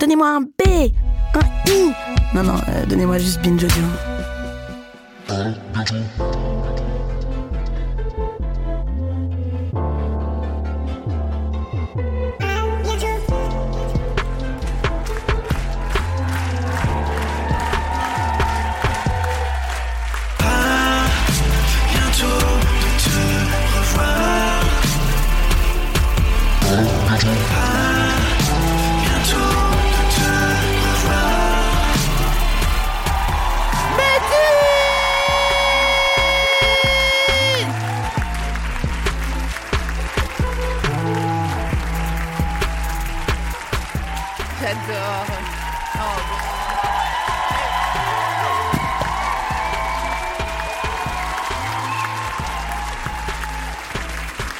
Donnez-moi un B, un I. Non, non, euh, donnez-moi juste Binge Audio. J'adore. Oh.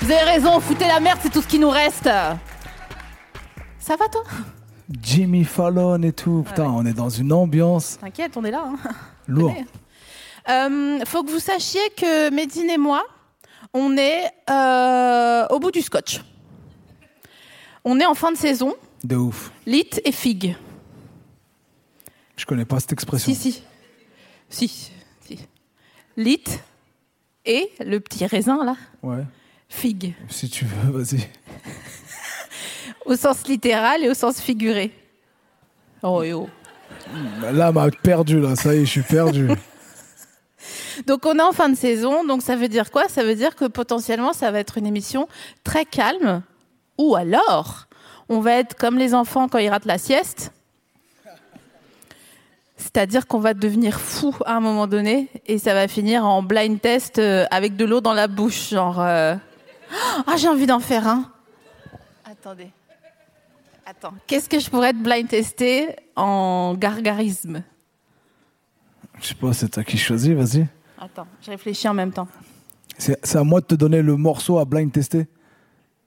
Vous avez raison, foutez la merde, c'est tout ce qui nous reste. Ça va toi Jimmy Fallon et tout. Putain, on est dans une ambiance T'inquiète, on est là. hein. lourde. Euh, faut que vous sachiez que Médine et moi, on est euh, au bout du scotch. On est en fin de saison, De ouf. lit et figue. Je connais pas cette expression. Si, si. Si, si. Lit et le petit raisin, là, Ouais. figue. Si tu veux, vas-y. Au sens littéral et au sens figuré. Oh, et oh. Bah, Là, m'a perdu, là. Ça y est, je suis perdu. Donc on est en fin de saison, donc ça veut dire quoi Ça veut dire que potentiellement ça va être une émission très calme, ou alors on va être comme les enfants quand ils ratent la sieste, c'est-à-dire qu'on va devenir fou à un moment donné et ça va finir en blind test euh, avec de l'eau dans la bouche, genre euh, ah j'ai envie d'en faire un. Attendez, attends, qu'est-ce que je pourrais être blind testé en gargarisme Je sais pas, c'est toi qui choisis, vas-y. Attends, je réfléchis en même temps. C'est c'est à moi de te donner le morceau à blind tester.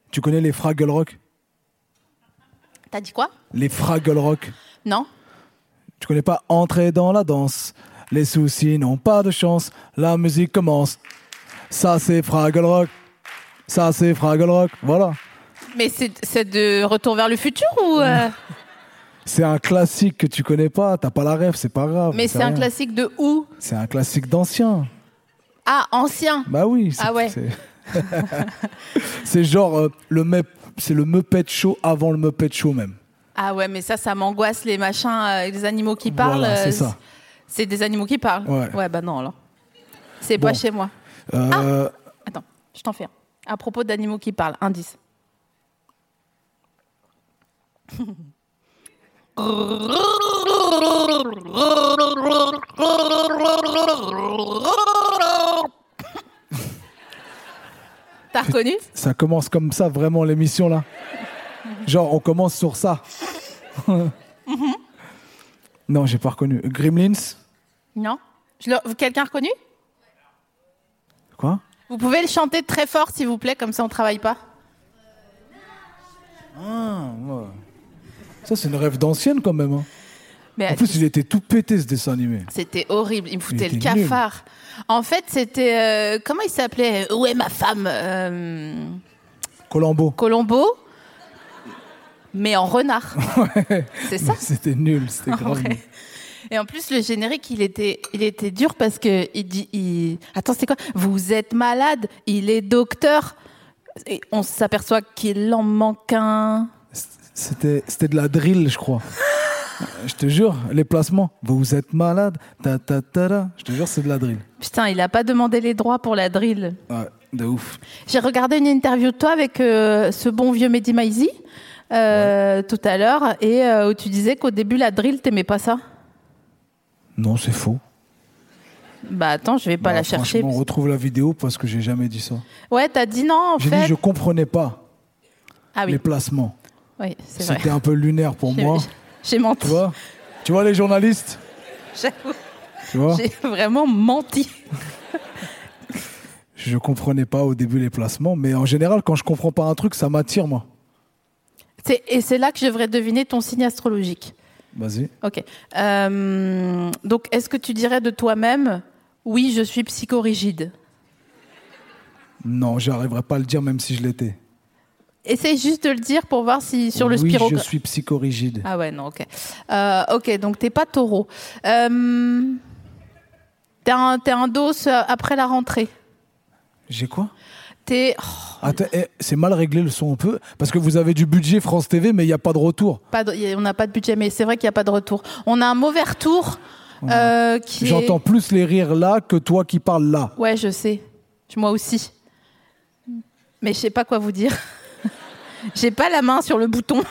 Tu connais les Fraggle Rock T'as dit quoi Les Fraggle Rock. Non Tu connais pas Entrer dans la danse Les soucis n'ont pas de chance. La musique commence. Ça, c'est Fraggle Rock. Ça, c'est Fraggle Rock. Voilà. Mais c'est c'est de Retour vers le futur ou euh, C'est un classique que tu connais pas. T'as pas la ref, c'est pas grave. Mais c'est un rien. classique de où C'est un classique d'ancien. Ah, ancien. Bah oui. c'est- Ah ouais. C'est, c'est genre euh, le Mup- c'est le Muppet Show avant le Muppet Show même. Ah ouais, mais ça, ça m'angoisse les machins, euh, les animaux qui Voilà, parlent. c'est euh, ça. C'est des animaux qui parlent. Ouais. bah non alors. C'est Bon. pas chez moi. Euh, Ah. Attends, je t'en fais un. À propos d'animaux qui parlent, indice. T'as reconnu Ça commence comme ça vraiment l'émission là. Genre on commence sur ça. Mhm. non, j'ai pas reconnu. Gremlins Non Je le- Quelqu'un a reconnu Quoi Vous pouvez le chanter très fort, s'il vous plaît, comme ça on travaille pas. Ça c'est une rêve d'ancienne quand même. hein. Mais En plus il était tout pété ce dessin animé. C'était horrible, il me foutait était le nul. cafard. En fait, c'était. euh, comment il s'appelait Où est ma femme Euh, Colombo. Colombo, mais en renard. C'est ça Ah C'était nul, c'était en grave. vrai. nul. Et en plus, le générique, il était, il était dur parce que il dit. il- Attends, c'est quoi Vous êtes malade, il est docteur. Et on s'aperçoit qu'il en manque un. C'était, c'était de la drill, je crois. je te jure, les placements. Vous êtes malade. Ta, ta, ta, ta. Je te jure, c'est de la drill. Putain, il a pas demandé les droits pour la drill. Ouais, de ouf. J'ai regardé une interview de toi avec euh, ce bon vieux Mehdi Maizi euh, tout à l'heure et euh, où tu disais qu'au début la drill t'aimais pas ça. Non, c'est faux. Bah attends, je vais pas Bah, la chercher. Franchement, on retrouve la vidéo parce que j'ai jamais dit ça. Ouais, t'as dit non en J'ai fait. dit, je comprenais pas Ah oui. les placements. Oui, c'est vrai. C'était un peu lunaire pour J'ai- moi. J'ai menti. Tu vois Tu vois les journalistes J'avoue, Tu vois j'ai vraiment menti. Je comprenais pas au début les placements, mais en général, quand je comprends pas un truc, ça m'attire, moi. C'est- Et c'est là que je devrais deviner ton signe astrologique. Vas-y. Ok. Euh, donc, est-ce que tu dirais de toi-même, oui, je suis psychorigide Non, j'arriverai pas à le dire même si je l'étais. Essaye juste de le dire pour voir si sur le oui, spiro. je suis psychorigide. Ah ouais, non, ok. Euh, ok, donc t'es pas taureau. Euh, t'es un, t'es un dos euh, après la rentrée. J'ai quoi T'es. oh, Attends, eh, c'est mal réglé le son un peu parce que vous avez du budget France TV, mais il n'y a pas de retour. pas de- y a- on n'a pas de budget, mais c'est vrai qu'il n'y a pas de retour. On a un mauvais retour euh, qui. est- J'entends plus les rires là que toi qui parles là. Ouais, je sais. Je- Moi aussi. Mais je sais pas quoi vous dire. J'ai pas la main sur le bouton.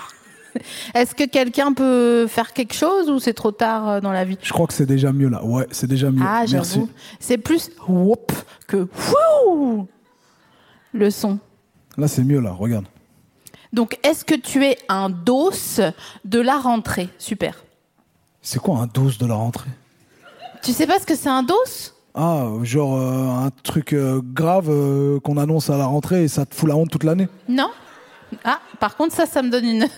Est-ce que quelqu'un peut faire quelque chose ou c'est trop tard euh, dans la vie Je crois que c'est déjà mieux là. Ouais, c'est déjà mieux. Ah, Merci. j'avoue. C'est plus whoop que wouh le son. Là, c'est mieux là. Regarde. Donc, est-ce que tu es un dos de la rentrée Super. C'est quoi un 12 de la rentrée Tu sais pas ce que c'est un dos Ah, genre euh, un truc euh, grave euh, qu'on annonce à la rentrée et ça te fout la honte toute l'année. Non Ah, par contre, ça, ça me donne une...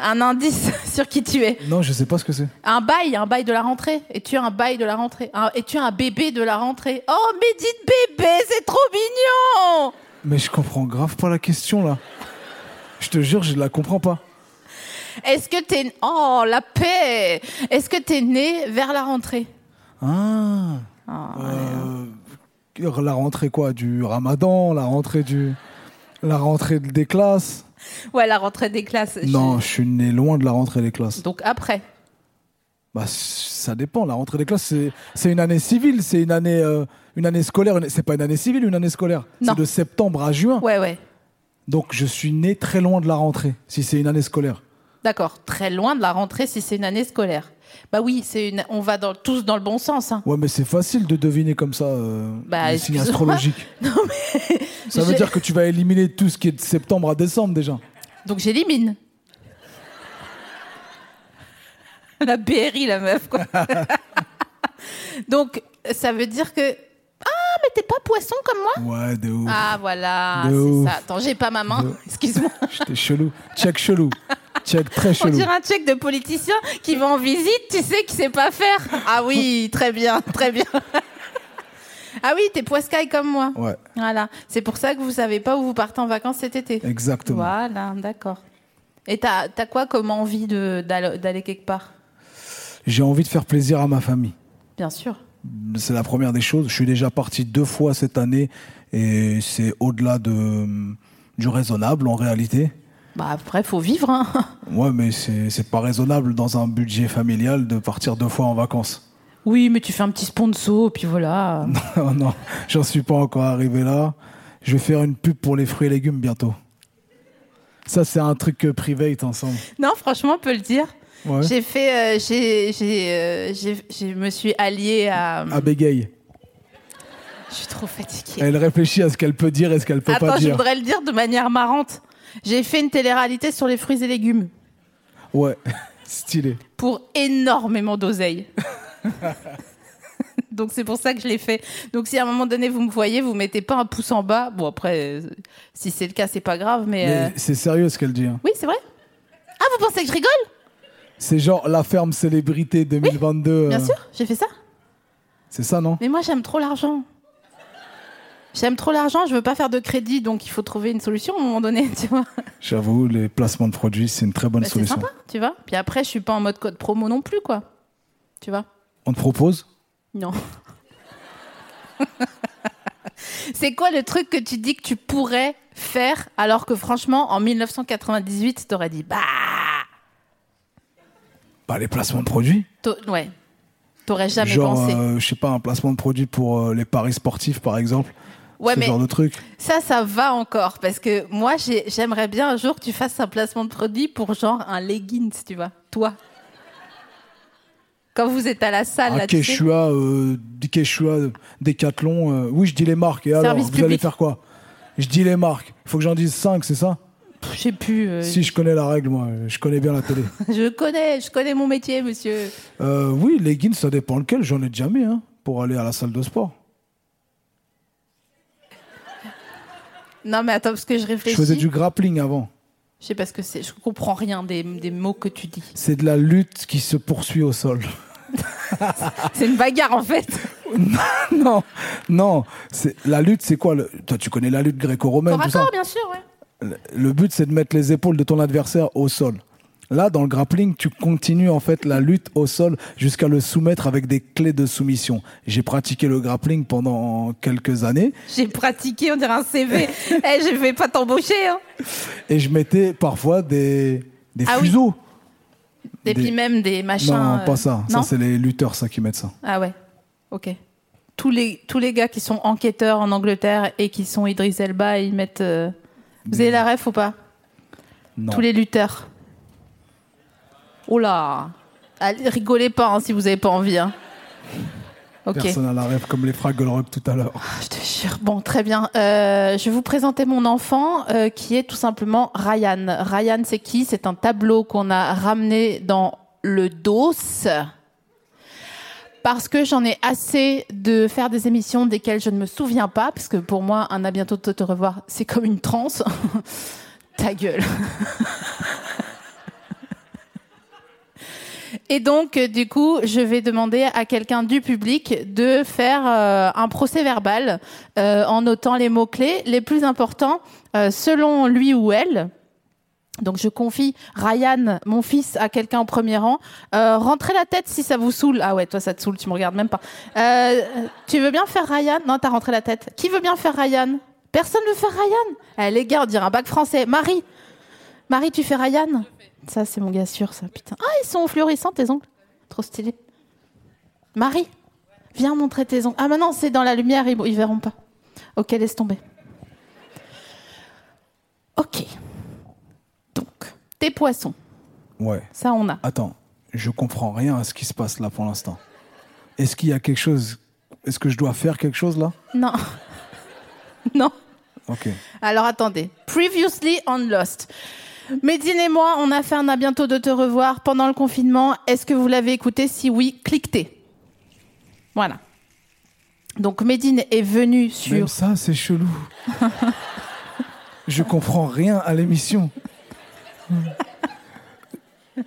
un indice sur qui tu es. Non, je sais pas ce que c'est. Un bail, un bail de la rentrée. Et tu es un bail de la rentrée. Un- Et tu es un bébé de la rentrée. Oh, mais dites bébé, c'est trop mignon Mais je comprends grave pas la question là. Je te jure, je la comprends pas. Est-ce que t'es... Oh, la paix Est-ce que t'es né vers la rentrée Ah. Euh, hein. la rentrée quoi Du ramadan, la rentrée du. La rentrée des classes. Ouais, la rentrée des classes. Je- Non, je suis né loin de la rentrée des classes. Donc après. Bah, ça dépend. La rentrée des classes, c'est- c'est une année civile, c'est une année, euh, une année scolaire. Une- C'est pas une année civile, une année scolaire. Non. C'est de septembre à juin. Ouais, ouais. Donc, je suis né très loin de la rentrée, si c'est une année scolaire. D'accord. Très loin de la rentrée si c'est une année scolaire. Bah oui, c'est une... on va dans... tous dans le bon sens. hein. Ouais, mais c'est facile de deviner comme ça euh, Bah, les signes excuse-moi. astrologiques. Non, mais... Ça veut je- dire que tu vas éliminer tout ce qui est de septembre à décembre déjà. Donc j'élimine. La BRI, la meuf, quoi. Donc, ça veut dire que... Ah, mais t'es pas poisson comme moi Ouais, de ouf. Ah, voilà, De c'est ouf. ça. Attends, j'ai pas ma main, De- excuse-moi. J'étais chelou. Check chelou. Check très On chelou. dirait un check de politicien qui va en visite, tu sais, qui sait pas faire. Ah oui, très bien, très bien. Ah oui, t'es poiscaille comme moi. Ouais, Voilà, c'est pour ça que vous savez pas où vous partez en vacances cet été. exactement. Voilà, d'accord. Et t'as as quoi comme envie de- d'aller d'aller quelque part J'ai envie de faire plaisir à ma famille. Bien sûr. C'est la première des choses. Je suis déjà parti deux fois cette année et c'est au-delà de, du raisonnable en réalité. Bah après, faut vivre. hein. Ouais, mais c'est c'est pas raisonnable dans un budget familial de partir deux fois en vacances. Oui, mais tu fais un petit sponsor, puis voilà. Non, Oh non, j'en suis pas encore arrivé là. Je vais faire une pub pour les fruits et légumes bientôt. Ça, c'est un truc euh, private ensemble. Non, franchement, on peut le dire. Ouais. J'ai fait, euh, j'ai, j'ai, euh, j'ai- je me suis alliée à. À bégaye. Je suis trop fatiguée. Elle réfléchit à ce qu'elle peut dire et ce qu'elle peut Attends, Eh, pas je dire. voudrais le dire de manière marrante. J'ai fait une télé-réalité sur les fruits et légumes Ouais, stylé. pour énormément d'oseille. Donc c'est pour ça que je l'ai fait. Donc si à un moment donné vous me voyez, vous mettez pas un pouce en bas. Bon après, euh, si c'est le cas, c'est pas grave, mais, euh, Mais c'est sérieux ce qu'elle dit. hein. oui, c'est vrai. Ah vous pensez que je rigole C'est genre la ferme célébrité 2022. Bien euh, sûr, j'ai fait ça. C'est ça, non Mais moi j'aime trop l'argent. J'aime trop l'argent, je veux pas faire de crédit, donc il faut trouver une solution à un moment donné, tu vois. J'avoue, les placements de produits, c'est une très bonne Bah, c'est solution. sympa, tu vois. Puis après, je suis pas en mode code promo non plus, quoi. Tu vois. On te propose Non. C'est quoi le truc que tu dis que tu pourrais faire alors que franchement en 1998 t'aurais dit bah Bah, les placements de produits. t'au- ouais t'aurais jamais genre, pensé euh, je sais pas, un placement de produit pour euh, les paris sportifs, par exemple. ouais ce mais genre de truc. ça ça va encore parce que moi j'ai- j'aimerais bien un jour que tu fasses un placement de produit pour genre un leggings tu vois toi quand vous êtes à la salle Un là tu sais. Quechua, euh, du Quechua, Decathlon. euh, Oui, je dis les marques. Et alors, Service vous allez public. faire quoi Je dis les marques. Il faut que j'en dise 5, c'est ça Pff, Je sais plus. euh, Si je connais la règle, moi, je connais bien la télé. Je connais, je connais mon métier, monsieur. Euh, oui, leggings, ça dépend lequel, j'en ai jamais, hein, pour aller à la salle de sport. Non, mais attends, parce que je Je réfléchis. faisais du grappling avant. Je sais pas ce que c'est. Je comprends rien des, des mots que tu dis. C'est de la lutte qui se poursuit au sol. C'est une bagarre, en fait. non, non. c'est- La lutte, c'est quoi le- Toi, tu connais la lutte gréco-romaine, Corps à tout ça. corps, bien sûr, ouais. Le but, c'est de mettre les épaules de ton adversaire au sol. Là, dans le grappling, tu continues en fait la lutte au sol jusqu'à le soumettre avec des clés de soumission. J'ai pratiqué le grappling pendant quelques années J'ai pratiqué, on dirait un CV. Eh, je vais pas t'embaucher. Hein. et je mettais parfois des, des Ah oui. fuseaux. Et Des- puis même des machins. non, euh, pas ça. non Ça, c'est les lutteurs, ça, qui mettent ça. Ah ouais. Ok. Tous les, tous les gars qui sont enquêteurs en Angleterre et qui sont Idriss Elba, ils mettent. euh, Vous avez la ref ou pas Non. Tous les lutteurs. Oh là Allez, Rigolez pas hein, si vous avez pas envie. hein. Ok. Personne à la rêve comme les Fraggle Rock tout à l'heure. Ah, Je te jure. Bon, très bien. Euh, je vais vous présenter mon enfant euh, qui est tout simplement Ryan. Ryan, c'est qui C'est un tableau qu'on a ramené dans le dos. Parce que j'en ai assez de faire des émissions desquelles je ne me souviens pas, parce que pour moi, un à bientôt de te revoir, c'est comme une transe. Ta gueule. Et donc, euh, du coup, je vais demander à quelqu'un du public de faire euh, un procès verbal euh, en notant les mots-clés les plus importants euh, selon lui ou elle. Donc, je confie Ryan, mon fils, à quelqu'un au premier rang. Euh, rentrez la tête si ça vous saoule. Ah ouais, toi, ça te saoule, tu me regardes même pas. Euh, tu veux bien faire Ryan Non, t'as rentré la tête. Qui veut bien faire Ryan Personne veut faire Ryan Eh, Les gars, on dirait un bac français. Marie Marie, tu fais Ryan Ça, c'est mon gars sûr, ça, putain. Ah, ils sont fluorescents, tes ongles Trop stylé. Marie, viens montrer tes ongles. Ah, maintenant, c'est dans la lumière, ils, ils verront pas. Ok, laisse tomber. Ok. Donc, tes poissons, Ouais. ça, on a. Attends, je comprends rien à ce qui se passe là pour l'instant. Est-ce qu'il y a quelque chose Est-ce que je dois faire quelque chose là Non. non. Ok. Alors attendez. Previously on Lost. Médine et moi, on a fait un à bientôt de te revoir pendant le confinement. Est-ce que vous l'avez écouté Si oui, cliquez. Voilà. Donc Médine est venue sur. Même ça, c'est chelou. je comprends rien à l'émission.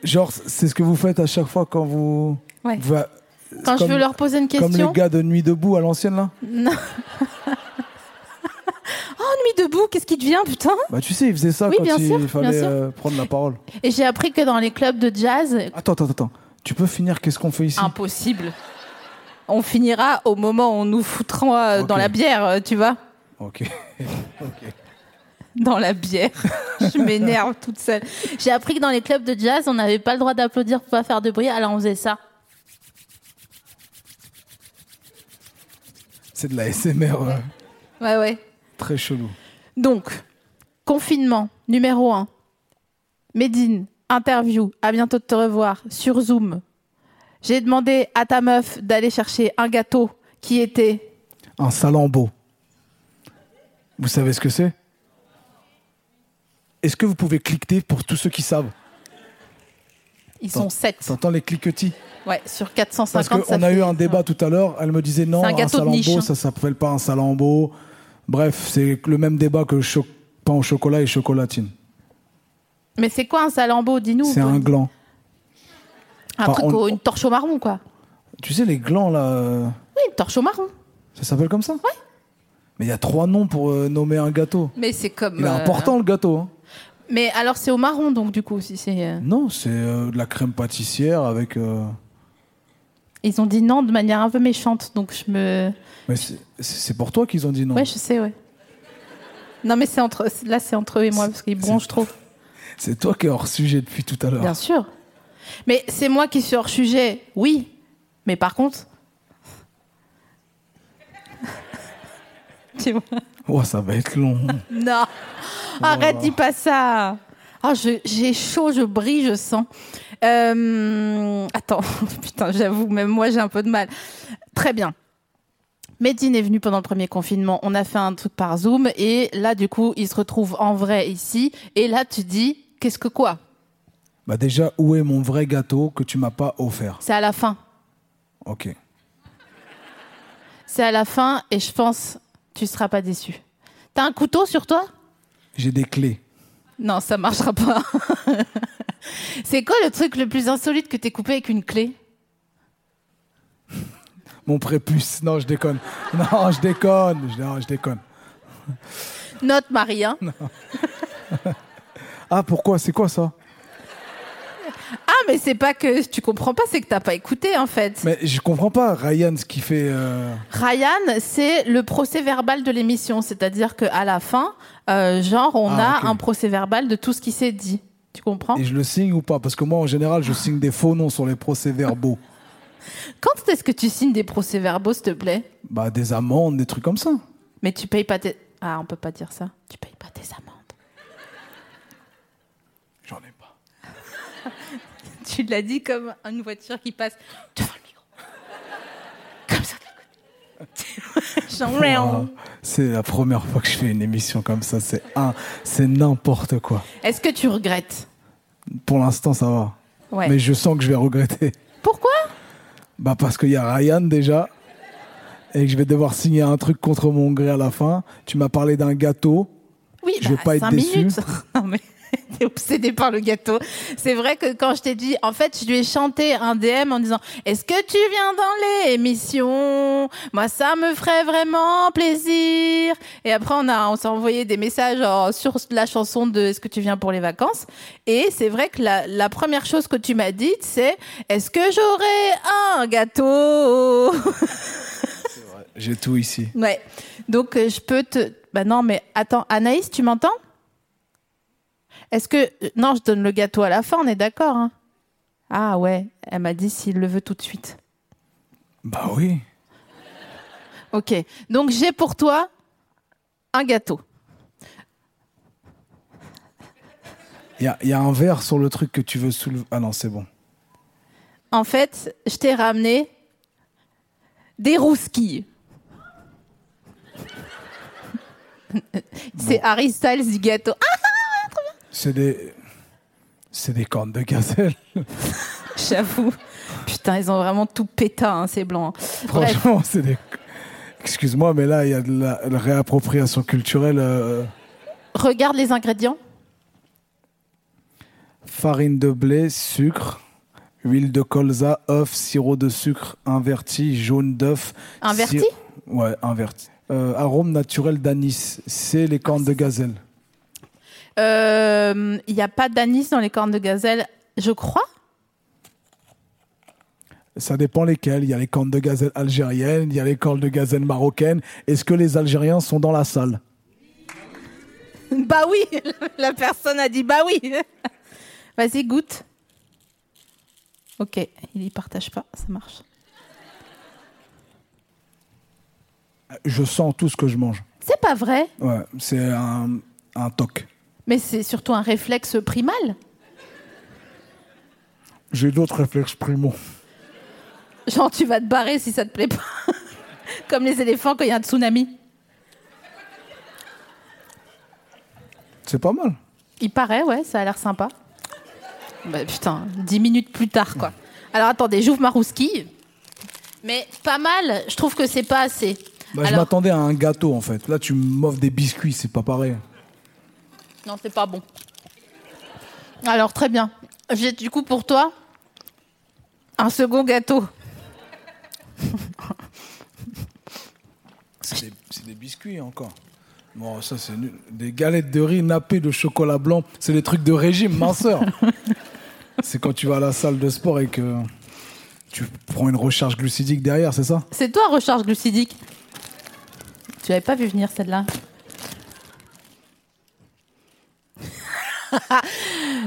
Genre, c'est ce que vous faites à chaque fois quand vous. Ouais. Va- Quand je comme- veux leur poser une Comme question. les gars de Nuit debout à l'ancienne là. Nuit debout, qu'est-ce qui devient, putain Bah tu sais, ils faisaient ça Oui, quand bien il sûr, bien fallait sûr. euh, prendre la parole. Et j'ai appris que dans les clubs de jazz, Attends, attends, attends. Tu peux finir Qu'est-ce qu'on fait ici impossible. On finira au moment où on nous foutra euh, dans Ok. la bière, euh, tu vois. Ok. Ok. dans la bière. Je m'énerve toute seule. J'ai appris que dans les clubs de jazz, on n'avait pas le droit d'applaudir pour pas faire de bruit, alors on faisait ça. C'est de la SMR euh, Ouais, ouais. très chelou. Donc, confinement numéro 1. Médine, interview, à bientôt de te revoir sur Zoom. J'ai demandé à ta meuf d'aller chercher un gâteau qui était. Un salambeau. Vous savez ce que c'est Est-ce que vous pouvez cliquer pour tous ceux qui savent Ils sont 7. T'entends les cliquetis Ouais, sur Parce 450. qu'on ça a fait- eu un débat tout à l'heure, elle me disait non, C'est un un, gâteau de salambeau, niche, hein. ça s'appelle pas un salambeau. Bref, c'est le même débat que cho- pain au chocolat et chocolatine. Mais c'est quoi un salambeau Dis-nous. C'est toi. un gland. Un enfin, truc, on- au- une torche au marron, quoi. Tu sais, les glands là, euh, Oui, une torche au marron. ça s'appelle comme ça Ouais. Mais il y a trois noms pour euh, nommer un gâteau. Mais c'est comme. Il est euh, important le gâteau. hein. Mais alors c'est au marron donc du coup si c'est euh, Non, c'est euh, de la crème pâtissière avec. euh, ils ont dit non de manière un peu méchante donc je me Mais c'est- c'est pour toi qu'ils ont dit non. ouais je sais ouais non mais c'est entre là c'est entre eux et moi parce qu'ils C'est- bronchent trop C'est toi qui es hors sujet depuis tout à bien l'heure. sûr mais c'est moi qui suis hors sujet oui mais par contre tu vois Oh, ça va être long. non arrête dis pas ça ah je- j'ai chaud je brille je sens Euh, attends putain j'avoue même moi j'ai un peu de mal très bien Medine est venu pendant le premier confinement, on a fait un truc par Zoom et là du coup il se retrouve en vrai ici et là tu dis qu'est-ce que quoi Bah déjà, où est mon vrai gâteau que tu m'as pas offert C'est à la fin. Ok. C'est à la fin et je pense tu seras pas déçu. T'as un couteau sur toi J'ai des clés. Non, ça marchera pas. C'est quoi le truc le plus insolite que t'es coupé avec une clé Mon prépuce. Non, je déconne. Non, je déconne. Je- Non, je déconne. Note Marie, hein. Ah, pourquoi C'est quoi ça Ah, mais c'est pas que tu comprends pas, c'est que t'as pas écouté en fait. Mais je comprends pas, Ryan, ce qui fait. euh, Ryan, c'est le procès verbal de l'émission, c'est-à-dire qu'à la fin, euh, genre, on Ah, a ok. un procès verbal de tout ce qui s'est dit. Tu comprends Et je le signe ou pas Parce que moi, en général, je signe des faux noms sur les procès-verbaux. Quand est-ce que tu signes des procès verbaux, s'il te plaît bah, des amendes, des trucs comme ça. Mais tu payes pas tes. Ah, on peut pas dire ça. Tu payes pas tes amendes. J'en ai pas. Tu l'as dit comme une voiture qui passe devant le micro. Comme ça, hein. d'un côté. Genre. Wow. C'est la première fois que je fais une émission comme ça. C'est un, c'est n'importe quoi. Est-ce que tu regrettes Pour l'instant, ça va. Ouais. Mais je sens que je vais regretter. Pourquoi Bah parce qu'il y a Ryan déjà et que je vais devoir signer un truc contre mon gré à la fin. Tu m'as parlé d'un gâteau. Oui, Je vais bah, pas être cinq déçu. minutes. non, mais t'es obsédé par le gâteau. C'est vrai que quand je t'ai dit, en fait, je lui ai chanté un DM en disant Est-ce que tu viens dans les émissions Moi, ça me ferait vraiment plaisir. Et après, on, a, on s'est envoyé des messages genre, sur la chanson de Est-ce que tu viens pour les vacances Et c'est vrai que la, la première chose que tu m'as dite, c'est Est-ce que j'aurai un gâteau J'ai tout ici. Ouais. Donc euh, je peux te. Bah non, mais attends, Anaïs, tu m'entends Est-ce que euh, non, je donne le gâteau à la fin, on est d'accord hein Ah ouais, elle m'a dit s'il le veut tout de suite. Bah oui. Ok. Donc j'ai pour toi un gâteau. Il y a, il y a un verre sur le truc que tu veux soulever. Ah non, c'est bon. En fait, je t'ai ramené des rouskilles. C'est Harry Styles du gâteau. Ah, C'est des, c'est des cornes de gazelle. j'avoue. Putain, ils ont vraiment tout péta, hein, ces blancs. Bref. Franchement, c'est des. Excuse-moi, mais là, il y a de la, de la réappropriation culturelle. euh, Regarde les ingrédients. farine de blé, sucre, huile de colza, œuf, sirop de sucre inverti, jaune d'œuf. Inverti sirop- Ouais, inverti. Euh, arôme naturel d'anis, c'est les cornes de gazelle. Euh, Il n'y a pas d'anis dans les cornes de gazelle, je crois. Ça dépend lesquelles. Il y a les cornes de gazelle algériennes, il y a les cornes de gazelle marocaines. Est-ce que les Algériens sont dans la salle Bah oui, la personne a dit bah oui. Vas-y, goûte. Ok, il y partage pas, ça marche. Je sens tout ce que je mange. C'est pas vrai, Ouais, c'est un, un toc. mais c'est surtout un réflexe primal. J'ai d'autres réflexes primaux. Genre, tu vas te barrer si ça te plaît pas. Comme les éléphants quand il y a un tsunami. C'est pas mal. Il paraît, ouais, ça a l'air sympa. Bah, putain, dix minutes plus tard, quoi. Alors attendez, j'ouvre ma rousquille. Mais pas mal, je trouve que c'est pas assez. Bah, je Alors- m'attendais à un gâteau en fait. Là, tu m'offres des biscuits, c'est pas pareil. Non, c'est pas bon. Alors, très bien. J'ai du coup pour toi un second gâteau. C'est des, c'est des biscuits encore. Bon, ça c'est nul. Des galettes de riz nappées de chocolat blanc. C'est des trucs de régime, minceur. c'est quand tu vas à la salle de sport et que tu prends une recharge glucidique derrière, c'est ça C'est toi, recharge glucidique. Tu l'avais pas vu venir celle-là.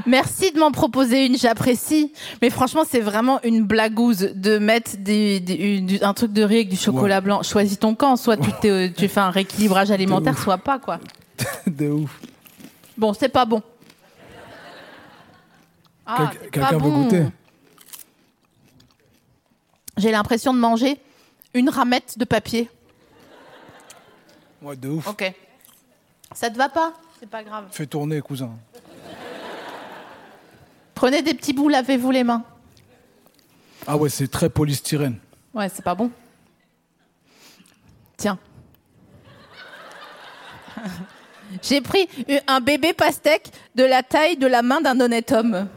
Merci de m'en proposer une, j'apprécie. Mais franchement, c'est vraiment une blagouse de mettre des- des- une- du- un truc de riz avec du chocolat blanc. Choisis ton camp, soit tu, te- tu fais un rééquilibrage alimentaire, soit pas quoi. De ouf. Bon, c'est pas bon. Ah, Quel- c'est pas Quelqu'un bon. veut goûter J'ai l'impression de manger une ramette de papier. Ouais, de ouf. Ok. Ça te va pas C'est pas grave. Fais tourner, cousin. Prenez des petits bouts, lavez-vous les mains. Ah ouais, c'est très polystyrène. Ouais, c'est pas bon. Tiens. J'ai pris u- un bébé pastèque de la taille de la main d'un honnête homme.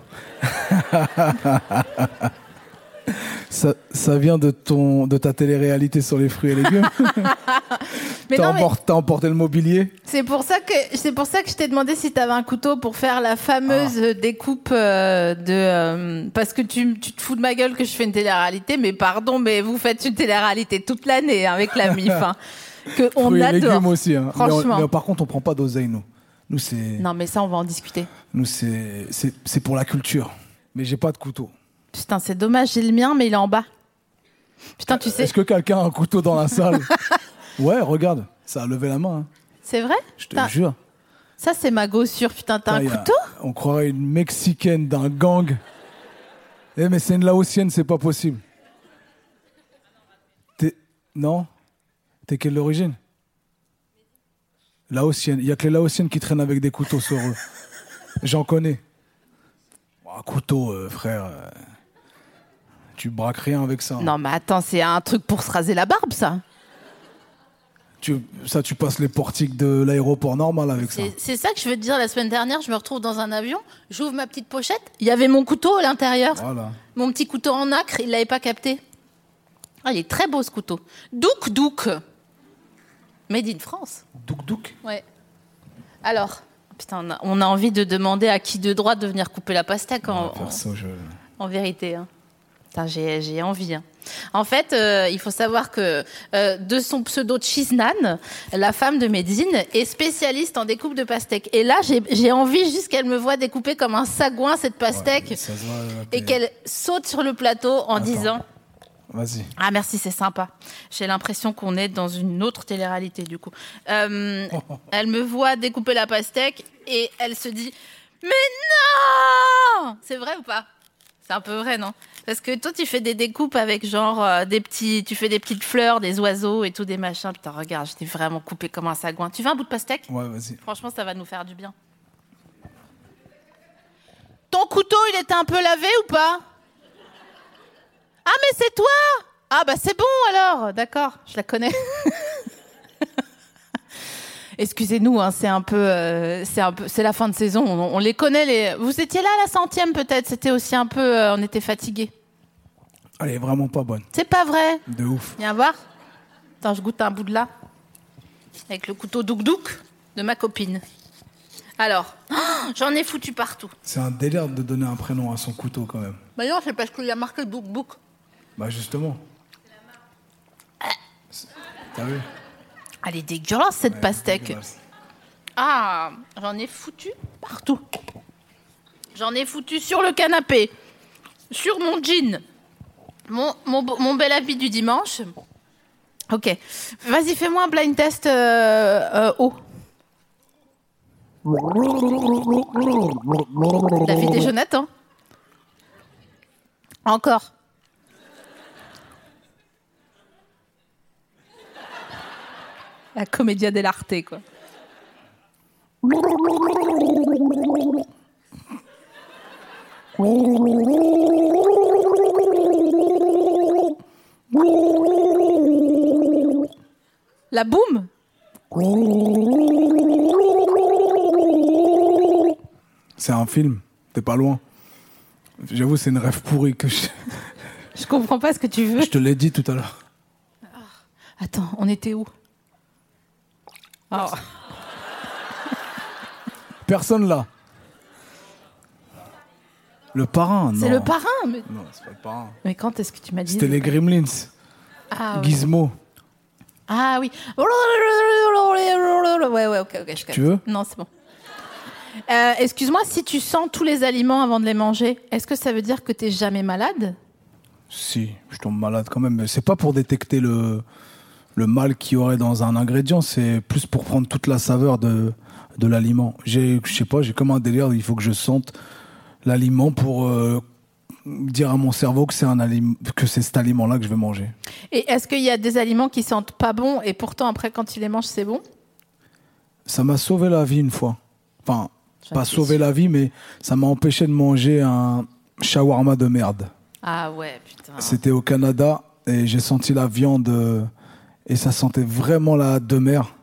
Ça, ça vient de, ton, de ta télé-réalité sur les fruits et légumes Mais T'as non, mais emporté, t'as emporté le mobilier c'est pour ça que c'est pour ça que je t'ai demandé si t'avais un couteau pour faire la fameuse Ah. découpe euh, de euh, parce que tu, tu te fous de ma gueule que je fais une télé-réalité, mais pardon, mais vous faites une télé-réalité toute l'année avec la MIF, hein, que on Fruits et adore. légumes aussi. hein. Mais on- Franchement. mais par contre, on prend pas d'oseille, nous. Nous, c'est Non, mais ça, on va en discuter. nous, c'est- c'est c'est pour la culture. Mais j'ai pas de couteau. Putain, c'est dommage, j'ai le mien, mais il est en bas. Putain, tu sais, Euh, Est-ce que quelqu'un a un couteau dans la salle Ouais, regarde, ça a levé la main. hein. c'est vrai Je te Putain, jure. Ça, c'est ma gossure, putain, t'as un Putain, y a- couteau On croirait une Mexicaine d'un gang. Eh, mais c'est une Laotienne, c'est pas possible. T'es. Non T'es quelle origine Laotienne. Il y a que les Laotiennes qui traînent avec des couteaux sur eux. J'en connais. Bon, Un couteau, euh, frère. euh, Tu braques rien avec ça. hein. Non, mais attends, c'est un truc pour se raser la barbe, ça. Tu, ça, tu passes les portiques de l'aéroport normal avec ça. C'est c'est ça que je veux te dire la semaine dernière. Je me retrouve dans un avion, j'ouvre ma petite pochette. Il y avait mon couteau à l'intérieur. Voilà. Mon petit couteau en acre, il l'avait pas capté. Ah, il est très beau ce couteau. Douk Douk. Made in France. Douk douk. Ouais. Alors, putain, on a, on a envie de demander à qui de droit de venir couper la pastèque en, en- Perso, je. En vérité, hein. Putain, j'ai, j'ai envie. hein. En fait, euh, il faut savoir que euh, de son pseudo Chiznan, la femme de Médine est spécialiste en découpe de pastèques. Et là, j'ai, j'ai envie juste qu'elle me voit découper comme un sagouin cette pastèque Ouais, ça se voit, là, et t'es- qu'elle saute sur le plateau en disant Vas-y. Ah merci, c'est sympa. J'ai l'impression qu'on est dans une autre télé-réalité du coup. Euh, elle me voit découper la pastèque et elle se dit Mais non C'est vrai ou pas C'est un peu vrai, non Parce que toi, tu fais des découpes avec genre euh, des petits, tu fais des petites fleurs, des oiseaux et tout, des machins. Putain, regarde, je t'ai vraiment coupé comme un sagouin. Tu veux un bout de pastèque Ouais, vas-y. Franchement, ça va nous faire du bien. Ton couteau, il était un peu lavé ou pas Ah, mais c'est toi Ah, bah c'est bon alors D'accord, je la connais. Excusez-nous, hein, c'est un peu, euh, c'est un peu, c'est la fin de saison. On, on les connaît. Les... Vous étiez là à la centième peut-être. C'était aussi un peu, euh, on était fatigués. Elle est vraiment pas bonne. C'est pas vrai. De ouf. Viens voir. Attends, je goûte un bout de là. Avec le couteau douk-douk de ma copine. Alors, j'en ai foutu partout. C'est un délire de donner un prénom à son couteau quand même. Mais Bah non, c'est parce qu'il y a marqué douk-douk. Bah justement. C'est- T'as vu Elle est dégueulasse, cette Ouais, pastèque. dégueulasse. Ah, j'en ai foutu partout. J'en ai foutu sur le canapé, sur mon jean, mon, mon, beau- mon bel habit du dimanche. Ok, vas-y, fais-moi un blind test euh, euh, haut. La vie des Jonathan. Encore. La comédia dell'arte, quoi. La boum C'est un film. T'es pas loin. J'avoue, c'est une rêve pourrie que je, Je comprends pas ce que tu veux. je te l'ai dit tout à l'heure. Attends, on était où Ah, Personne là. Le parrain, non. C'est le parrain mais... Non, c'est pas le parrain. mais quand est-ce que tu m'as dit C'était les Gremlins. ah, oui. Gizmo. Ah oui. Ouais, ouais, ok, ok. je capte. Tu veux Non, c'est bon. Euh, Excuse-moi, si tu sens tous les aliments avant de les manger, est-ce que ça veut dire que t'es jamais malade Si, je tombe malade quand même. Mais c'est pas pour détecter le, le mal qu'il y aurait dans un ingrédient, c'est plus pour prendre toute la saveur de, de l'aliment. J'ai- Je sais pas, j'ai comme un délire, il faut que je sente l'aliment pour euh, dire à mon cerveau que c'est un aliment, que c'est cet aliment-là que je vais manger. Et est-ce qu'il y a des aliments qui sentent pas bon et pourtant après quand tu les manges c'est bon Ça m'a sauvé la vie une fois. Enfin, J'en pas suis sauvé la vie, mais ça m'a empêché de manger un shawarma de merde. Ah ouais, putain. C'était au Canada et j'ai senti la viande euh, et ça sentait vraiment la de mer.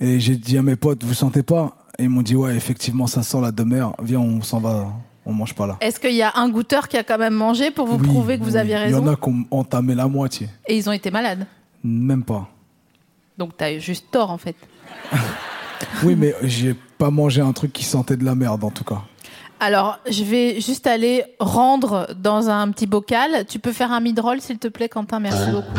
Et j'ai dit à mes potes, vous sentez pas Et ils m'ont dit, ouais, effectivement, ça sent la de mer. Viens, on s'en va, on mange pas là. Est-ce qu'il y a un goûteur qui a quand même mangé pour vous Oui, prouver que vous oui. aviez raison Il y en a qui ont entamé la moitié. Et ils ont été malades. Même pas. Donc t'as eu juste tort en fait. Oui, mais j'ai pas mangé un truc qui sentait de la merde en tout cas. Alors, je vais juste aller rendre dans un petit bocal. Tu peux faire un mid-roll, s'il te plaît, Quentin Merci beaucoup.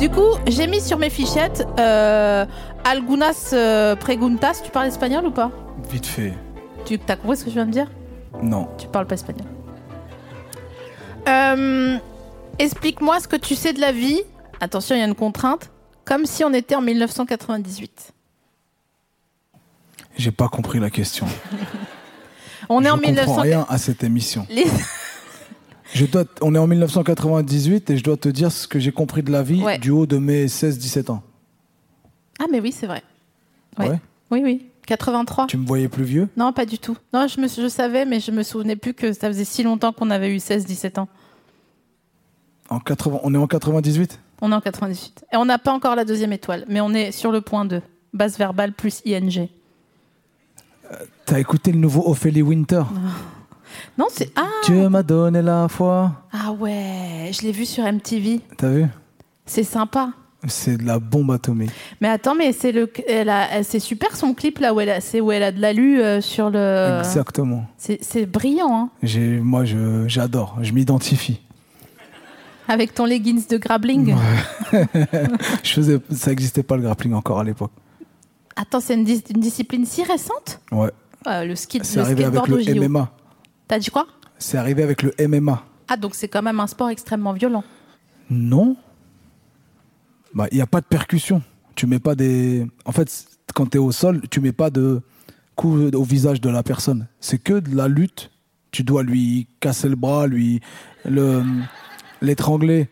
Du coup, j'ai mis sur mes fichettes euh, algunas euh, preguntas. Tu parles espagnol ou pas Vite fait. Tu as compris ce que je viens de dire Non. Tu parles pas espagnol. Euh, Explique-moi ce que tu sais de la vie. Attention, il y a une contrainte. Comme si on était en 1998. J'ai pas compris la question. On est je en comprends 1900. rien à cette émission. Les- Je dois t- on est en 1998 et je dois te dire ce que j'ai compris de la vie Ouais. du haut de mes 16-17 ans. Ah, mais oui, c'est vrai. Ouais. Ah Ouais. Oui, oui. 83. Tu me voyais plus vieux Non, pas du tout. Non, je, me, je savais, mais je me souvenais plus que ça faisait si longtemps qu'on avait eu 16-17 ans. en 80, On est en 98 On est en 98. Et on n'a pas encore la deuxième étoile, mais on est sur le point 2. Base verbale plus ING. T'as écouté le nouveau Ophélie Winter Ah. Non, c'est. Ah, Dieu m'a donné la foi. ah ouais, je l'ai vu sur MTV. T'as vu C'est sympa. C'est de la bombe atomique. Mais attends, mais c'est le, elle a- elle- c'est super son clip là où elle a, c'est où elle a de l'alu euh, sur le. Eh ben, Exactement. C'est, c'est brillant, hein, J'ai, moi, je, j'adore. Je m'identifie. avec ton leggings de grappling. Je faisais, ça n'existait pas le grappling encore à l'époque. Attends, c'est une, dis- une discipline si récente. Ouais. Euh, le ski, le C'est arrivé avec skateboard au JO. le MMA. T'as dit quoi C'est arrivé avec le MMA. Ah, donc c'est quand même un sport extrêmement violent. Non. Bah, il n'y a pas de percussion. Tu mets pas des. En fait, c- quand tu es au sol, tu mets pas de coup au visage de la personne. C'est que de la lutte. Tu dois lui casser le bras, lui le- l'étrangler.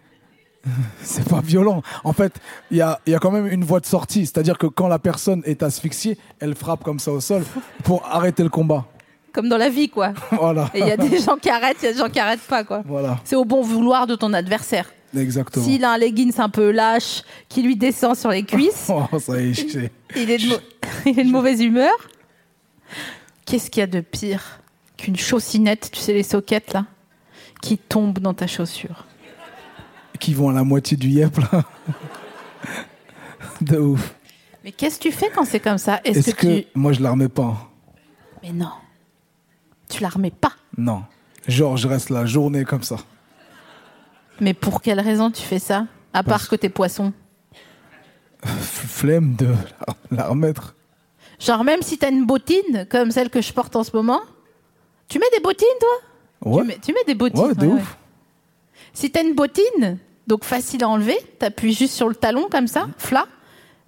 C'est pas violent. En fait, il y a, il y a quand même une voie de sortie. C'est-à-dire que quand la personne est asphyxiée, elle frappe comme ça au sol pour arrêter le combat. Comme dans la vie, quoi. Voilà. Et il y a des gens qui arrêtent, il y a des gens qui arrêtent pas, quoi. Voilà. C'est au bon vouloir de ton adversaire. Exactement. S'il a un leggings un peu lâche qui lui descend sur les cuisses, Oh, ça y est, j'ai- il est de, mau- il est de mauvaise humeur. Qu'est-ce qu'il y a de pire qu'une chaussinette, tu sais, les soquettes, là, qui tombe dans ta chaussure qui vont à la moitié du yep là. De ouf. Mais qu'est-ce que tu fais quand c'est comme ça Est-ce Est-ce que, que, tu. moi je la remets pas hein. Mais non. Tu la remets pas. Non. Genre je reste la journée comme ça. Mais pour quelle raison tu fais ça À part que t'es poisson. F- Flemme de la- la remettre. Genre, même si t'as une bottine comme celle que je porte en ce moment, tu mets des bottines, toi Ouais. tu, mets, tu mets des bottines. ouais, de ouais, ouais. ouf. Si t'as une bottine, donc facile à enlever, t'appuies juste sur le talon comme ça, flat,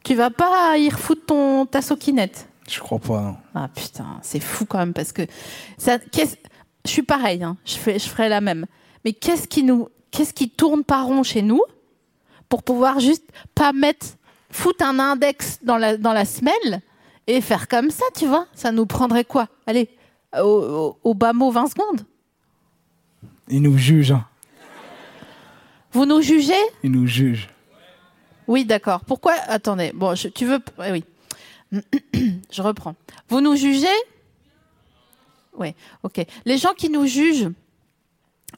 tu vas pas y refoutre ton, ta soquinette. Je crois pas. hein. non. Ah putain, c'est fou quand même parce que ça. qu'est-ce- suis pareil, hein, je, fais, je ferai la même. Mais qu'est-ce qui nous, qu'est-ce qui tourne pas rond chez nous pour pouvoir juste pas mettre, foutre un index dans la, dans la semelle et faire comme ça, tu vois Ça nous prendrait quoi Allez, au, au- au bas mot 20 secondes. Ils nous jugent. hein. Vous nous jugez Ils nous jugent. Oui, d'accord. Pourquoi Attendez. Bon, je- tu veux eh Oui. je reprends. Vous nous jugez Oui. Ok. Les gens qui nous jugent.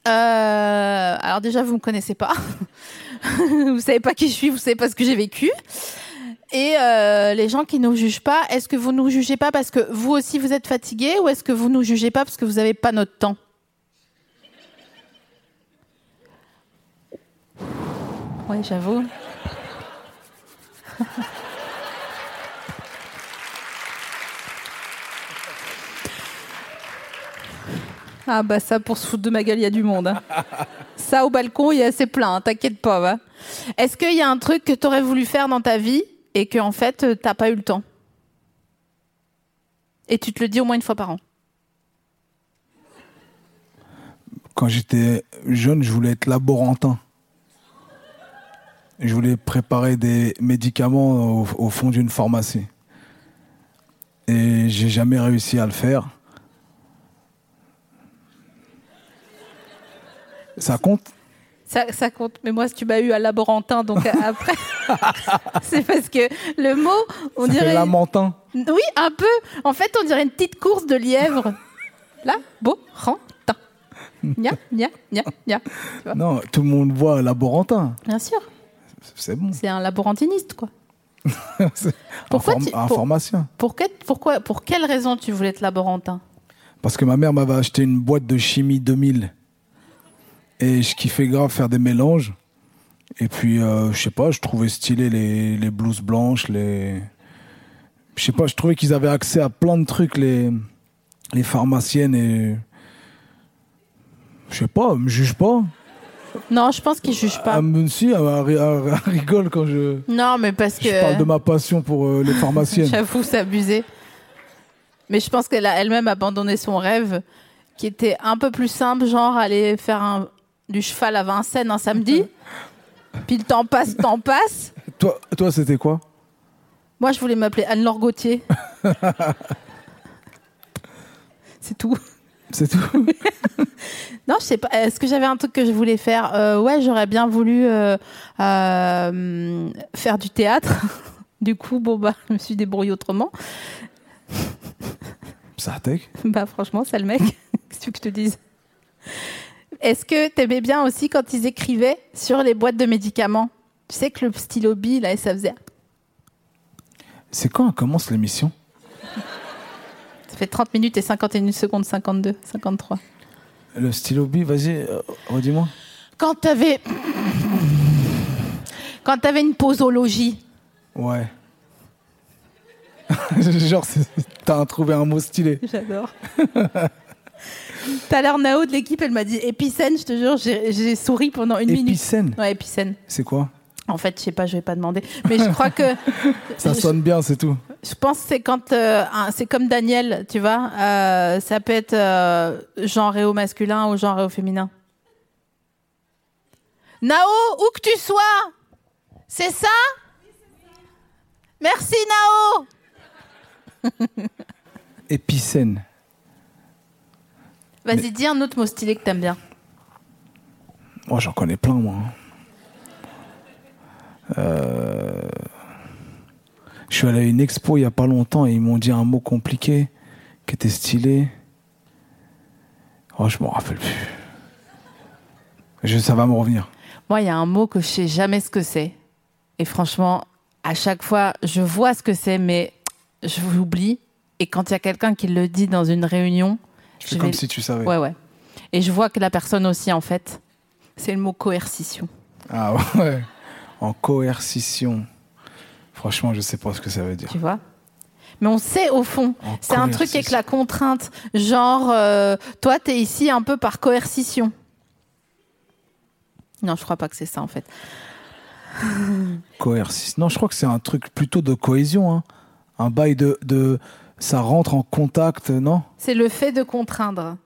euh, alors déjà, vous me connaissez pas. vous savez pas qui je suis. Vous savez pas ce que j'ai vécu. Et euh, les gens qui nous jugent pas, est-ce que vous nous jugez pas parce que vous aussi vous êtes fatigué ou est-ce que vous nous jugez pas parce que vous avez pas notre temps Oui, j'avoue. Ah bah ça, pour se foutre de ma gueule, il y a du monde. hein. ça, au balcon, il y a assez plein, hein, t'inquiète pas. va. Est-ce qu'il y a un truc que t'aurais voulu faire dans ta vie et que en fait, euh, t'as pas eu le temps Et tu te le dis au moins une fois par an. Quand j'étais jeune, je voulais être laborantin. Je voulais préparer des médicaments au, au fond d'une pharmacie. Et j'ai jamais réussi à le faire. Ça compte Ça, ça compte, mais moi, si tu m'as eu à laborantin, donc à- après, c'est parce que le mot, on Ça fait dirait... lamentin. Oui, un peu. En fait, on dirait une petite course de lièvre. Là, beau, rentin. Nia, nia, nia, nia. Tu vois Non, tout le monde voit laborantin. Bien sûr, C'est bon. c'est un laborantiniste, quoi. C'est un, Pourquoi pharm- tu- un pour- pharmacien. Pour, que- pourquoi, pour quelle raison tu voulais être laborantin Parce que ma mère m'avait acheté une boîte de chimie 2000. Et je kiffais grave faire des mélanges. Et puis, euh, je sais pas, je trouvais stylé les, les blouses blanches, les. Je sais pas, je trouvais qu'ils avaient accès à plein de trucs, les, les pharmaciennes et. Je sais pas, elles me juge pas. Non, je pense qu'il juge pas. Elle me si, elle- elle- elle rigole quand je, non, mais parce je parle de que ma passion pour euh, les pharmaciennes. j'avoue, c'est abusé. Mais je pense qu'elle a elle-même abandonné son rêve, qui était un peu plus simple, genre aller faire un- du cheval à Vincennes un samedi. Puis le temps passe, temps passe. toi, toi c'était quoi Moi, je voulais m'appeler Anne-Laure Gauthier. C'est tout. C'est tout Non, je sais pas. Est-ce que j'avais un truc que je voulais faire Euh, Ouais, j'aurais bien voulu euh, euh, faire du théâtre. Du coup, bon, bah, je me suis débrouillée autrement. Ça tech Bah, franchement, ça le mec. Qu'est-ce que tu veux que je te dise Est-ce que t'aimais bien aussi quand ils écrivaient sur les boîtes de médicaments Tu sais que le stylo B, là, ça faisait. C'est quand on commence l'émission Ça fait 30 minutes et 51 secondes, 52, 53. Le stylo B, vas-y, euh, redis-moi. Quand t'avais. Quand t'avais une posologie. Ouais. Genre, c'est- t'as trouvé un mot stylé. J'adore. Tout à l'heure, Nao de l'équipe, elle m'a dit épicène, je te jure, j'ai j'ai souri pendant une minute. Épicène, Ouais, épicène. c'est quoi En fait, je sais pas, je vais pas demander. Mais je crois que. Ça je- sonne bien, c'est tout. Je pense que c'est quand. euh, un- c'est comme Daniel, tu vois. euh, ça peut être euh, genré au masculin ou genré au féminin. Nao, où que tu sois C'est ça Merci, Nao Épicène. Vas-y, dis un autre mot stylé que t'aimes bien. Moi, j'en connais plein, moi. hein. Euh, Je suis allé à une expo il y a pas longtemps et ils m'ont dit un mot compliqué qui était stylé. Oh, je m'en rappelle plus. Je, ça va me revenir. Moi, il y a un mot que je sais jamais ce que c'est. Et franchement, à chaque fois, je vois ce que c'est, mais je l'oublie. Et quand il y a quelqu'un qui le dit dans une réunion, Je Je fais comme vais- si tu savais. ouais, ouais. Et je vois que la personne aussi, en fait, c'est le mot coercition. Ah ouais. En coercition. Franchement, je sais pas ce que ça veut dire. Tu vois mais on sait au fond, En c'est un truc coercition. avec la contrainte, genre euh, toi t'es ici un peu par coercition. Non, je crois pas que c'est ça en fait. Coercition. Non, je crois que c'est un truc plutôt de cohésion. hein. Un bail de, de. Ça rentre en contact, non C'est le fait de contraindre.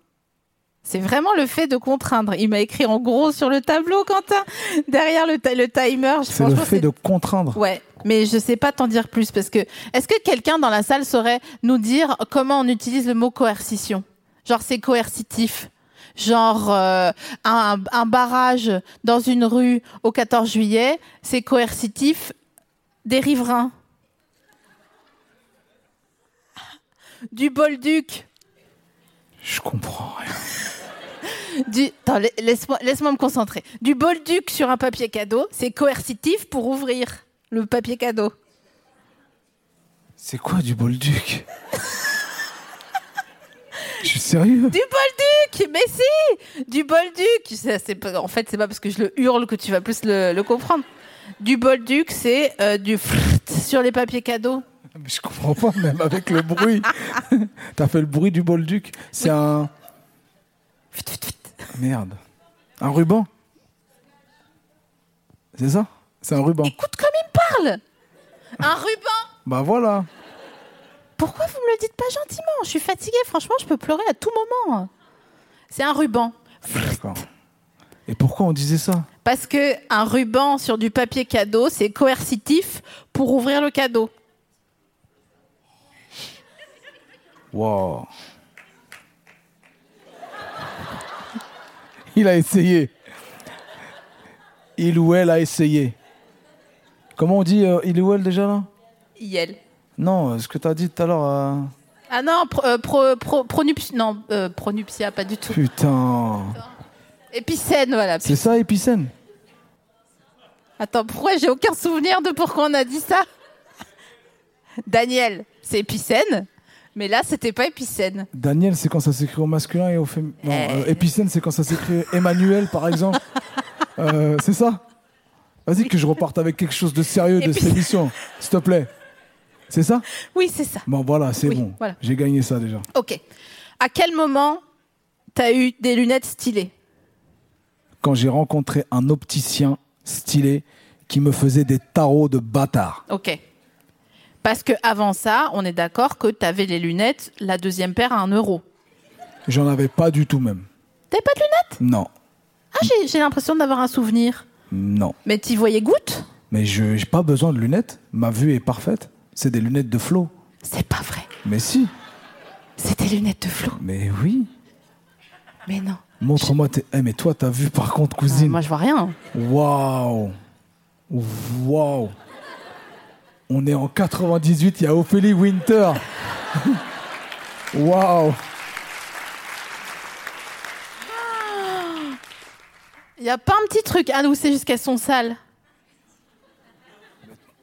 C'est vraiment le fait de contraindre. Il m'a écrit en gros sur le tableau, Quentin, derrière le, ti- le timer. C'est le Franchement, fait de contraindre. Ouais, mais je sais pas t'en dire plus parce que est-ce que quelqu'un dans la salle saurait nous dire comment on utilise le mot coercition Genre c'est coercitif. Genre euh, un, un barrage dans une rue au 14 juillet, c'est coercitif des riverains. Du bolduc. Je comprends rien. Du... Attends, la- laisse-moi laisse me concentrer. Du bolduc sur un papier cadeau, c'est coercitif pour ouvrir le papier cadeau. C'est quoi du bolduc Je suis sérieux Du Bolduc Mais si Du Bolduc Ça, c'est pas- En fait, c'est pas parce que je le hurle que tu vas plus le, le comprendre. Du Bolduc, c'est euh, du frrt sur les papiers cadeaux. Mais Je comprends pas, même avec le bruit. T'as fait le bruit du bolduc C'est un. Fut, fut, fut. Merde. Un ruban C'est ça C'est un ruban. Écoute comme il me parle Un ruban Bah voilà. Pourquoi vous me le dites pas gentiment Je suis fatiguée, franchement, je peux pleurer à tout moment. C'est un ruban. D'accord. Et pourquoi on disait ça Parce que un ruban sur du papier cadeau, c'est coercitif pour ouvrir le cadeau. Wow. Il a essayé. Il ou elle a essayé. Comment on dit euh, il ou elle déjà là IL. Non, euh, ce que t'as dit tout à l'heure. euh, Ah non, pro, euh, pro- pro- pronup- non euh, pronuptia, pas du tout. Putain. Épicène, voilà. C'est ça, épicène Attends, pourquoi j'ai aucun souvenir de pourquoi on a dit ça Daniel, c'est épicène, mais là, c'était pas épicène. Daniel, c'est quand ça s'écrit au masculin et au féminin. Non, Eh. euh, épicène, c'est quand ça s'écrit Emmanuel, par exemple. Euh, c'est ça Vas-y, que je reparte avec quelque chose de sérieux de cette Épicène. émission, s'il te plaît. C'est ça Oui, c'est ça. Bon, voilà, c'est Oui, bon. voilà. J'ai gagné ça déjà. Ok. À quel moment t'as eu des lunettes stylées quand j'ai rencontré un opticien stylé qui me faisait des tarots de bâtard. Ok. Parce que avant ça, on est d'accord que t'avais les lunettes, la deuxième paire à un euro. J'en avais pas du tout même. T'avais pas de lunettes Non, Ah, j'ai- j'ai l'impression d'avoir un souvenir. non. Mais t'y voyais goutte Mais je n'ai pas besoin de lunettes. Ma vue est parfaite. C'est des lunettes de flot. C'est pas vrai. Mais si, C'est des lunettes de flou. mais oui. Mais non. Montre-moi tes... Eh, mais toi, t'as vu par contre, Ah, cousine. moi, je vois rien. Waouh. Waouh. On est en 98, il y a Ophélie Winter. Waouh. Il y a pas un petit truc à Ah, nous, c'est jusqu'à son salle.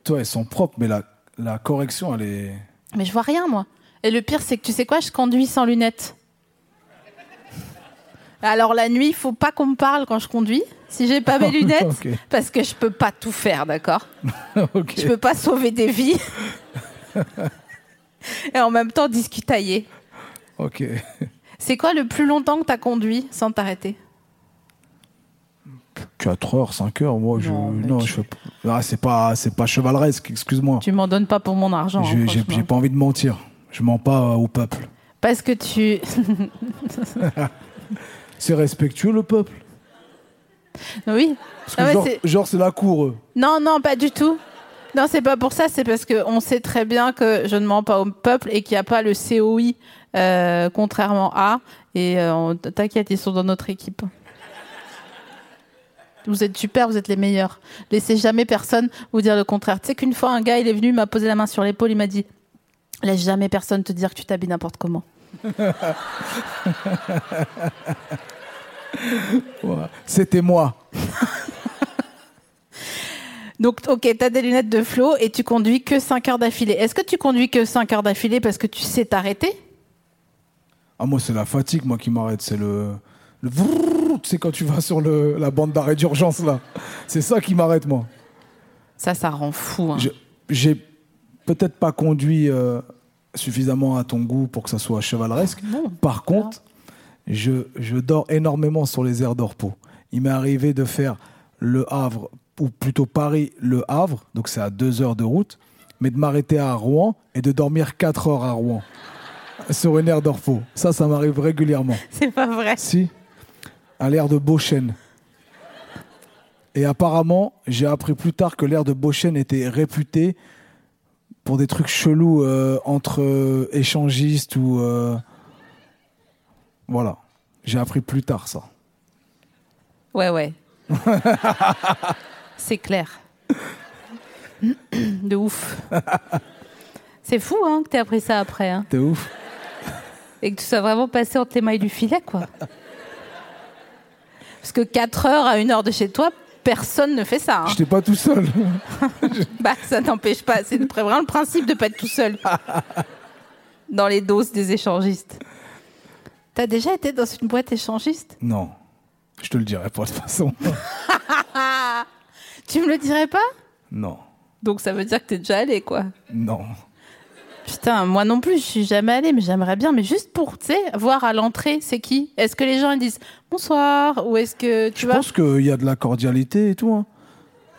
Toi, elles sont propres, mais la, la correction, elle est... Mais je vois rien, moi. Et le pire, c'est que tu sais quoi, je conduis sans lunettes. Alors la nuit, faut pas qu'on me parle quand je conduis, si j'ai pas mes lunettes, Ok. parce que je peux pas tout faire, d'accord Ok. Je peux pas sauver des vies. Et en même temps, discutailler. Ok. C'est quoi le plus longtemps que t'as conduit sans t'arrêter 4 heures, 5 heures, moi je. Non, mais Non, tu- je fais p- Ah, c'est pas, c'est pas chevaleresque, excuse-moi. Tu m'en donnes pas pour mon argent. hein, Je- J'ai franchement. j'ai pas envie de mentir. Je mens pas euh, au peuple. Parce que tu. C'est respectueux le peuple. oui. Parce que Ah ouais, genre- c'est- genre, c'est la cour. eux. Non, non, pas du tout. Non, c'est pas pour ça, c'est parce qu'on sait très bien que je ne mens pas au peuple et qu'il n'y a pas le COI, euh, contrairement à. Et euh, on- t'inquiète, ils sont dans notre équipe. Vous êtes super, vous êtes les meilleurs. Laissez jamais personne vous dire le contraire. Tu sais qu'une fois, un gars, il est venu, il m'a posé la main sur l'épaule, il m'a dit Laisse jamais personne te dire que tu t'habilles n'importe comment. Voilà. C'était moi. Donc, ok, t'as des lunettes de flot et tu conduis que 5 heures d'affilée. Est-ce que tu conduis que 5 heures d'affilée parce que tu sais t'arrêter Ah, moi, c'est la fatigue, moi, qui m'arrête. C'est le. le vrrrr, tu sais, quand tu vas sur le, la bande d'arrêt d'urgence, là. C'est ça qui m'arrête, moi. Ça, ça rend fou. hein. Je- J'ai peut-être pas conduit euh, suffisamment à ton goût pour que ça soit chevaleresque. Non. Par contre, je, je dors énormément sur les aires de repos. Il m'est arrivé de faire le Havre, ou plutôt Paris-Le Havre, donc c'est à deux heures de route, mais de m'arrêter à Rouen et de dormir quatre heures à Rouen. sur une aire d'orfo. Ça, ça m'arrive régulièrement. C'est pas vrai. Si, à l'air de Beauchêne. Et apparemment, j'ai appris plus tard que l'air de Beauchêne était réputé pour des trucs chelous euh, entre euh, échangistes ou. euh, Voilà. J'ai appris plus tard ça. Ouais, ouais. C'est clair. De ouf. C'est fou hein, que t'aies appris ça après. Hein. T'es ouf Et que tu sois vraiment passé entre les mailles du filet, quoi. Parce que 4 heures à 1 heure de chez toi, personne ne fait ça. hein. J'étais pas tout seul. Bah, ça n'empêche pas. C'est de- vraiment le principe de pas être tout seul. Dans les doses des échangistes. T'as déjà été dans une boîte échangiste non. Je te le dirai pas de toute façon. Tu me le dirais pas Non. Donc ça veut dire que t'es déjà allé, quoi. Non. Putain, moi non plus, je suis jamais allée, mais j'aimerais bien. Mais juste pour, tu sais, voir à l'entrée, c'est qui Est-ce que les gens ils disent bonsoir ou est-ce que tu Je vois pense qu'il y a de la cordialité et tout. hein.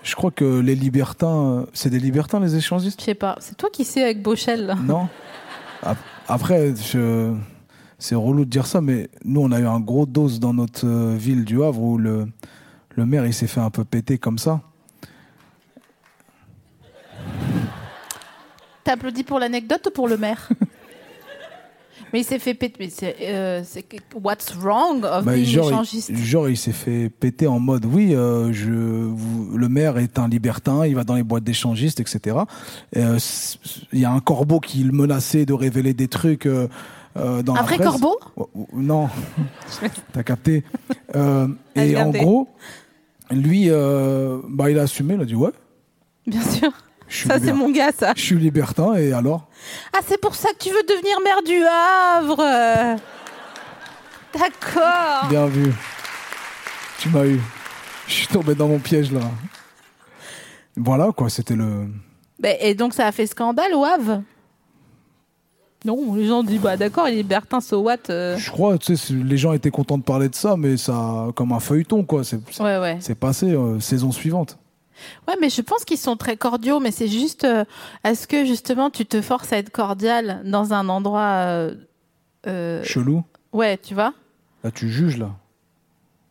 Je crois que les libertins, euh, c'est des libertins les échangistes Je sais pas. C'est toi qui sais avec Beauchel. là. Non Ap- Après, je- c'est relou de dire ça, mais nous, on a eu un gros dose dans notre euh, ville du Havre où le, le maire, il s'est fait un peu péter comme ça. T'applaudis pour l'anecdote ou pour le maire Mais il s'est fait péter. Mais c'est, euh, c'est que- what's wrong of Bah, being genre, Oh, échangiste il, genre, il s'est fait péter en mode oui, euh, je, vous- le maire est un libertin, il va dans les boîtes d'échangistes, etc. Et, euh, c- Il y a un corbeau qui le menaçait de révéler des trucs euh, euh, dans Un la vrai presse. corbeau Oh, oh, Non, t'as capté. Euh, Ah, j'ai et en capté. gros, lui, euh, bah, il a assumé, il a dit ouais, Bien sûr. je suis Ça, c'est liber- mon gars, ça. je suis libertin, et alors Ah, c'est pour ça que tu veux devenir maire du Havre euh. D'accord. Bien vu. Tu m'as eu. Je suis tombé dans mon piège là. Voilà quoi, c'était le. Ben, et donc ça a fait scandale au Havre Non, les gens disent bah d'accord, les libertins, so what euh. Je crois, tu sais, c'est- les gens étaient contents de parler de ça, mais ça, comme un feuilleton, quoi. C'est c'est- Ouais, ouais. c'est passé, euh, saison suivante. Ouais, mais je pense qu'ils sont très cordiaux, mais c'est juste. euh, Est-ce que justement tu te forces à être cordial dans un endroit. euh, euh, Chelou. ouais, tu vois Là, tu juges, là.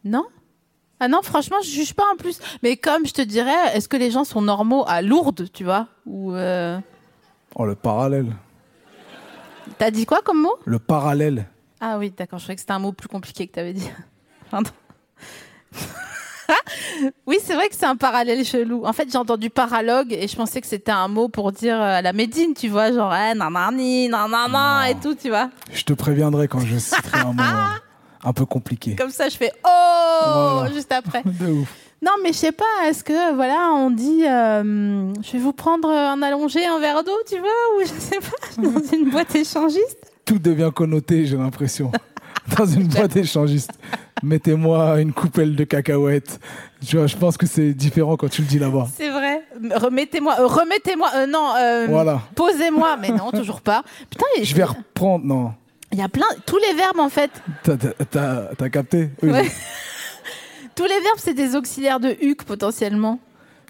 Non Ah non, franchement, je juge pas en plus. Mais comme je te dirais, est-ce que les gens sont normaux à Lourdes, tu vois Ou. euh, Oh, le parallèle. T'as dit quoi comme mot Le parallèle. Ah oui, d'accord, je croyais que c'était un mot plus compliqué que t'avais dit. Pardon. oui, c'est vrai que c'est un parallèle chelou. En fait, j'ai entendu paralogue et je pensais que c'était un mot pour dire euh, à la Médine, tu vois, genre eh, nanani, nanana et tout, tu vois. Je te préviendrai quand je citerai un mot euh, un peu compliqué. Comme ça, je fais oh Voilà. juste après. De ouf. Non, mais je sais pas, est-ce que, voilà, on dit euh, je vais vous prendre un allongé, un verre d'eau, tu vois, ou je sais pas, dans une boîte échangiste Tout devient connoté, j'ai l'impression. Dans une boîte échangiste. Mettez-moi une coupelle de cacahuètes. Tu vois, je pense que c'est différent quand tu le dis là-bas. C'est vrai. Remettez-moi, euh, remettez-moi, euh, non, euh, Voilà. posez-moi, mais non, toujours pas. Putain, il- Je vais reprendre. Non. il y a plein, tous les verbes en fait, T'as- T'as t'as- t'as capté Oui. Ouais. tous les verbes c'est des auxiliaires de huc potentiellement.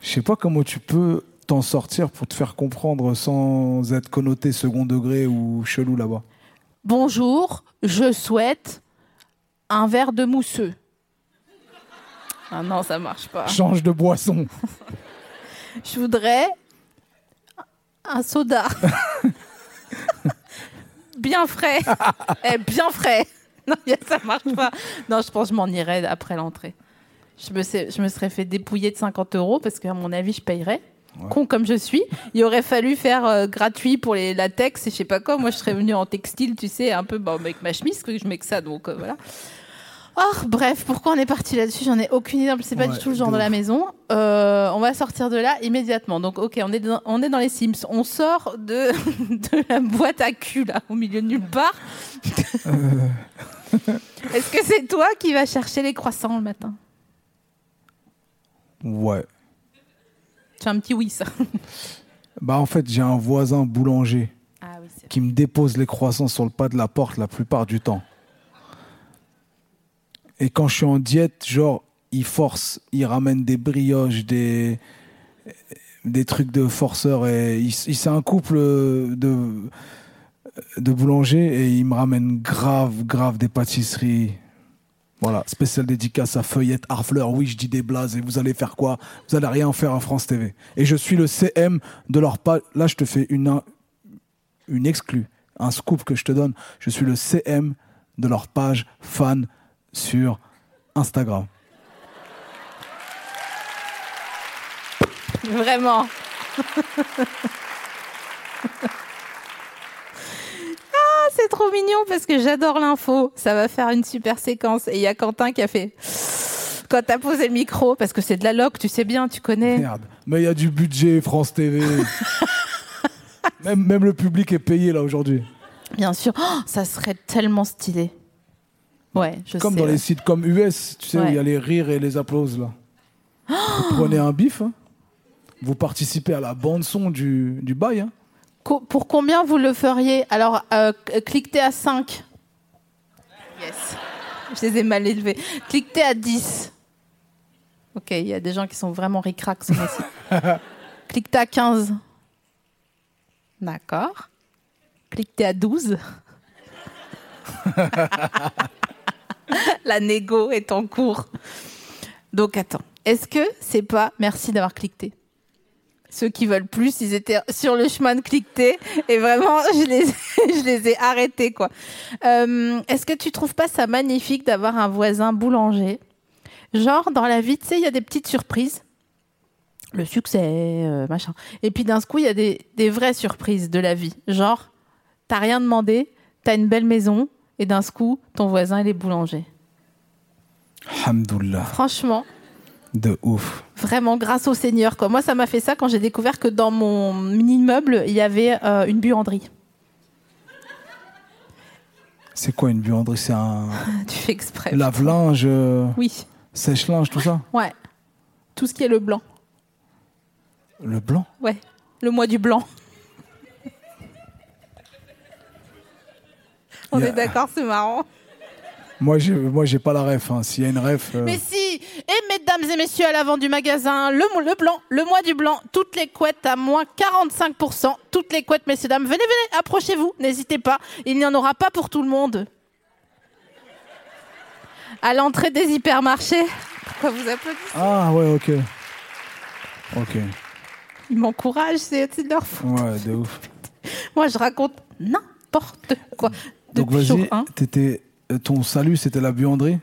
Je sais pas comment tu peux t'en sortir pour te faire comprendre sans être connoté second degré ou chelou là-bas. Bonjour, je souhaite un verre de mousseux. Ah non, ça marche pas. Change de boisson. Je voudrais un soda. bien frais. Eh, bien frais. Non, y a- ça marche pas. Non, je pense que je m'en irais après l'entrée. Je me, sais- je me serais fait dépouiller de 50 euros parce qu'à mon avis, je payerais. Con comme je suis, il aurait fallu faire euh, gratuit pour les latex et je sais pas quoi. Moi, je serais venue en textile, tu sais, un peu bah, avec ma chemise, parce que je mets que ça, donc euh, voilà. Or, bref, pourquoi on est parti là-dessus J'en ai aucune idée. En plus, C'est pas Ouais, du tout le genre de de la ouf. maison. Euh, on va sortir de là immédiatement. Donc, ok, on est dans, on est dans les Sims. On sort de, de la boîte à cul, là, au milieu de nulle part. Euh. Est-ce que c'est toi qui vas chercher les croissants le matin Ouais. Tu as un petit oui, ça. Bah en fait, j'ai un voisin boulanger Ah oui, c'est qui me dépose les croissants sur le pas de la porte la plupart du temps. Et quand je suis en diète, genre, il force, il ramène des brioches, des, des trucs de forceur. Et il- il- c'est un couple de, de boulanger et il me ramène grave, grave des pâtisseries. Voilà, spéciale dédicace à Feuillette, Harfleur, oui, je dis des blases, et vous allez faire quoi Vous allez rien faire à France TV. Et je suis le CM de leur page. Là, je te fais une, une exclue, un scoop que je te donne. Je suis le CM de leur page fan sur Instagram. Vraiment. ah, c'est trop mignon parce que j'adore l'info. Ça va faire une super séquence. Et il y a Quentin qui a fait. Quand t'as posé le micro, parce que c'est de la loc, tu sais bien, tu connais. Merde, mais il y a du budget, France TV. même, même le public est payé là aujourd'hui. Bien sûr. Oh, ça serait tellement stylé. Ouais, je Comme sais. dans ouais. les sites comme US, tu sais, où il y a Ouais. les rires et les applauses là. vous prenez un bif, hein. vous participez à la bande-son du, du bail. hein. Co- pour combien vous le feriez Alors, euh, c- euh, cliquez à 5. Yes. Je les ai mal élevés. Cliquez à 10. Ok, il y a des gens qui sont vraiment ricrac ce mois-ci. Cliquez à 15. D'accord. Cliquez à 12. La négo est en cours. Donc, attends. Est-ce que c'est pas. Merci d'avoir cliqué ceux qui veulent plus, ils étaient sur le chemin de cliqueter et vraiment, je les, je les ai arrêtés quoi. Euh, Est-ce que tu trouves pas ça magnifique d'avoir un voisin boulanger Genre dans la vie, tu sais, il y a des petites surprises, le succès, euh, machin. Et puis d'un coup, il y a des, des vraies surprises de la vie. Genre, t'as rien demandé, t'as une belle maison et d'un coup, ton voisin il est boulanger. Alhamdoulilah, Franchement. de ouf. Vraiment, grâce au Seigneur. Quoi. Moi, ça m'a fait ça quand j'ai découvert que dans mon immeuble, il y avait euh, une buanderie. C'est quoi une buanderie C'est un Tu fais exprès. lave-linge, euh, Oui, sèche-linge, tout ça ouais. Tout ce qui est le blanc. Le blanc Ouais, le mois du blanc. On Yeah. est d'accord, c'est marrant. Moi, j'ai, moi, j'ai pas la ref. hein. S'il y a une ref. euh, Mais si Et mesdames et messieurs, à l'avant du magasin, le, mo- le blanc, le mois du blanc, toutes les couettes à moins 45%. Toutes les couettes, messieurs, dames, venez, venez, approchez-vous, n'hésitez pas, il n'y en aura pas pour tout le monde. À l'entrée des hypermarchés. Pourquoi vous applaudissez Ah ouais, ok. Ok. Ils m'encouragent, c'est c'est de leur faute. Ouais, de ouf. Moi, je raconte n'importe quoi. Donc Depuis hein. jour vas-y, un. t'étais, euh, ton salut, c'était la buanderie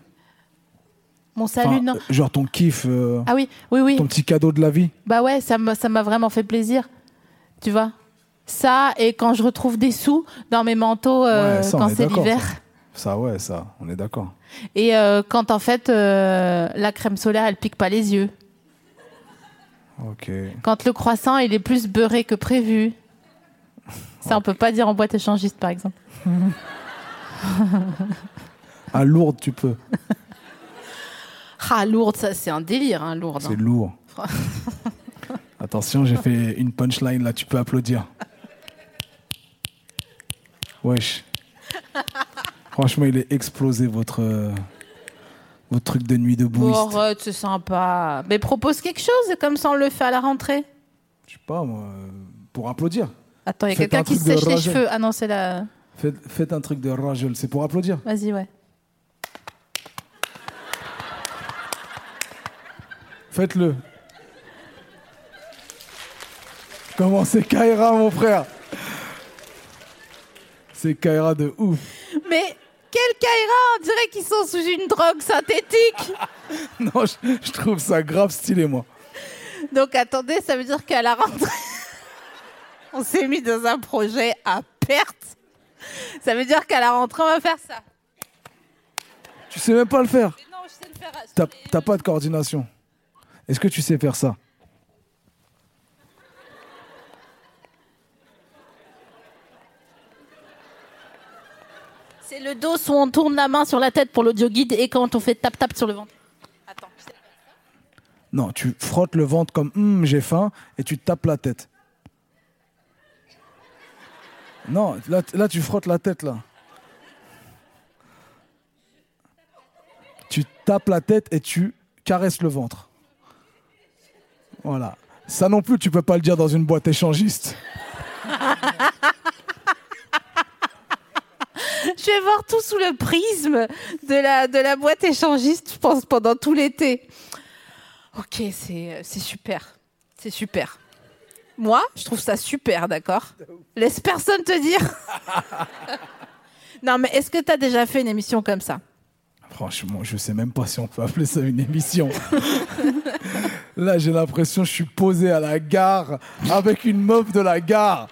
Mon Enfin, salut, non. euh, Genre ton kiff, euh, Ah oui, oui, oui. ton petit cadeau de la vie Bah ouais, ça m'a ça m'a vraiment fait plaisir. Tu vois Ça, et quand je retrouve des sous dans mes manteaux euh, Ouais, ça, on quand est c'est d'accord, l'hiver. Ça, ouais, ça, on est d'accord. Et euh, quand en fait, euh, la crème solaire, elle pique pas les yeux. Ok. Quand le croissant, il est plus beurré que prévu. Ça, on peut pas dire en boîte échangiste, par exemple. À Lourdes, tu peux. Ah, Lourdes, ça, c'est un délire, hein, Lourdes. C'est lourd. Attention, j'ai fait une punchline là, tu peux applaudir. Wesh. Franchement, il est explosé votre, euh, votre truc de nuit de Bon, bouiste. arrête, Oh, c'est sympa. Mais propose quelque chose, comme ça on le fait à la rentrée. Je sais pas, moi, euh, pour applaudir. Attends, il y a Faites quelqu'un un qui se truc de sèche les raisin. cheveux. Ah non, c'est la... Faites, faites un truc de ragel, c'est pour applaudir. Vas-y, ouais. Faites-le. Comment c'est Kaira, mon frère C'est Kaira de ouf. Mais quel Kaira On dirait qu'ils sont sous une drogue synthétique. Non, je, je trouve ça grave stylé, moi. Donc attendez, ça veut dire qu'à la rentrée, on s'est mis dans un projet à perte. Ça veut dire qu'à la rentrée, on va faire ça. Tu sais même pas le faire. Mais non, je sais le faire. à- T'as t'as pas de coordination. Est-ce que tu sais faire ça C'est le dos où on tourne la main sur la tête pour l'audio guide et quand on fait tap tap sur le ventre. Attends. je sais. Non, tu frottes le ventre comme Hum, j'ai faim et tu tapes la tête. Non, là, t- là tu frottes la tête là. Tu tapes la tête et tu caresses le ventre. Voilà. Ça non plus, tu peux pas le dire dans une boîte échangiste. Je vais voir tout sous le prisme de la, de la boîte échangiste, je pense, pendant tout l'été. Ok, c'est euh, c'est super. C'est super. Moi, je trouve ça super, d'accord Laisse personne te dire. non, mais est-ce que tu as déjà fait une émission comme ça Franchement, je sais même pas si on peut appeler ça une émission. Là, j'ai l'impression que je suis posé à la gare avec une meuf de la gare.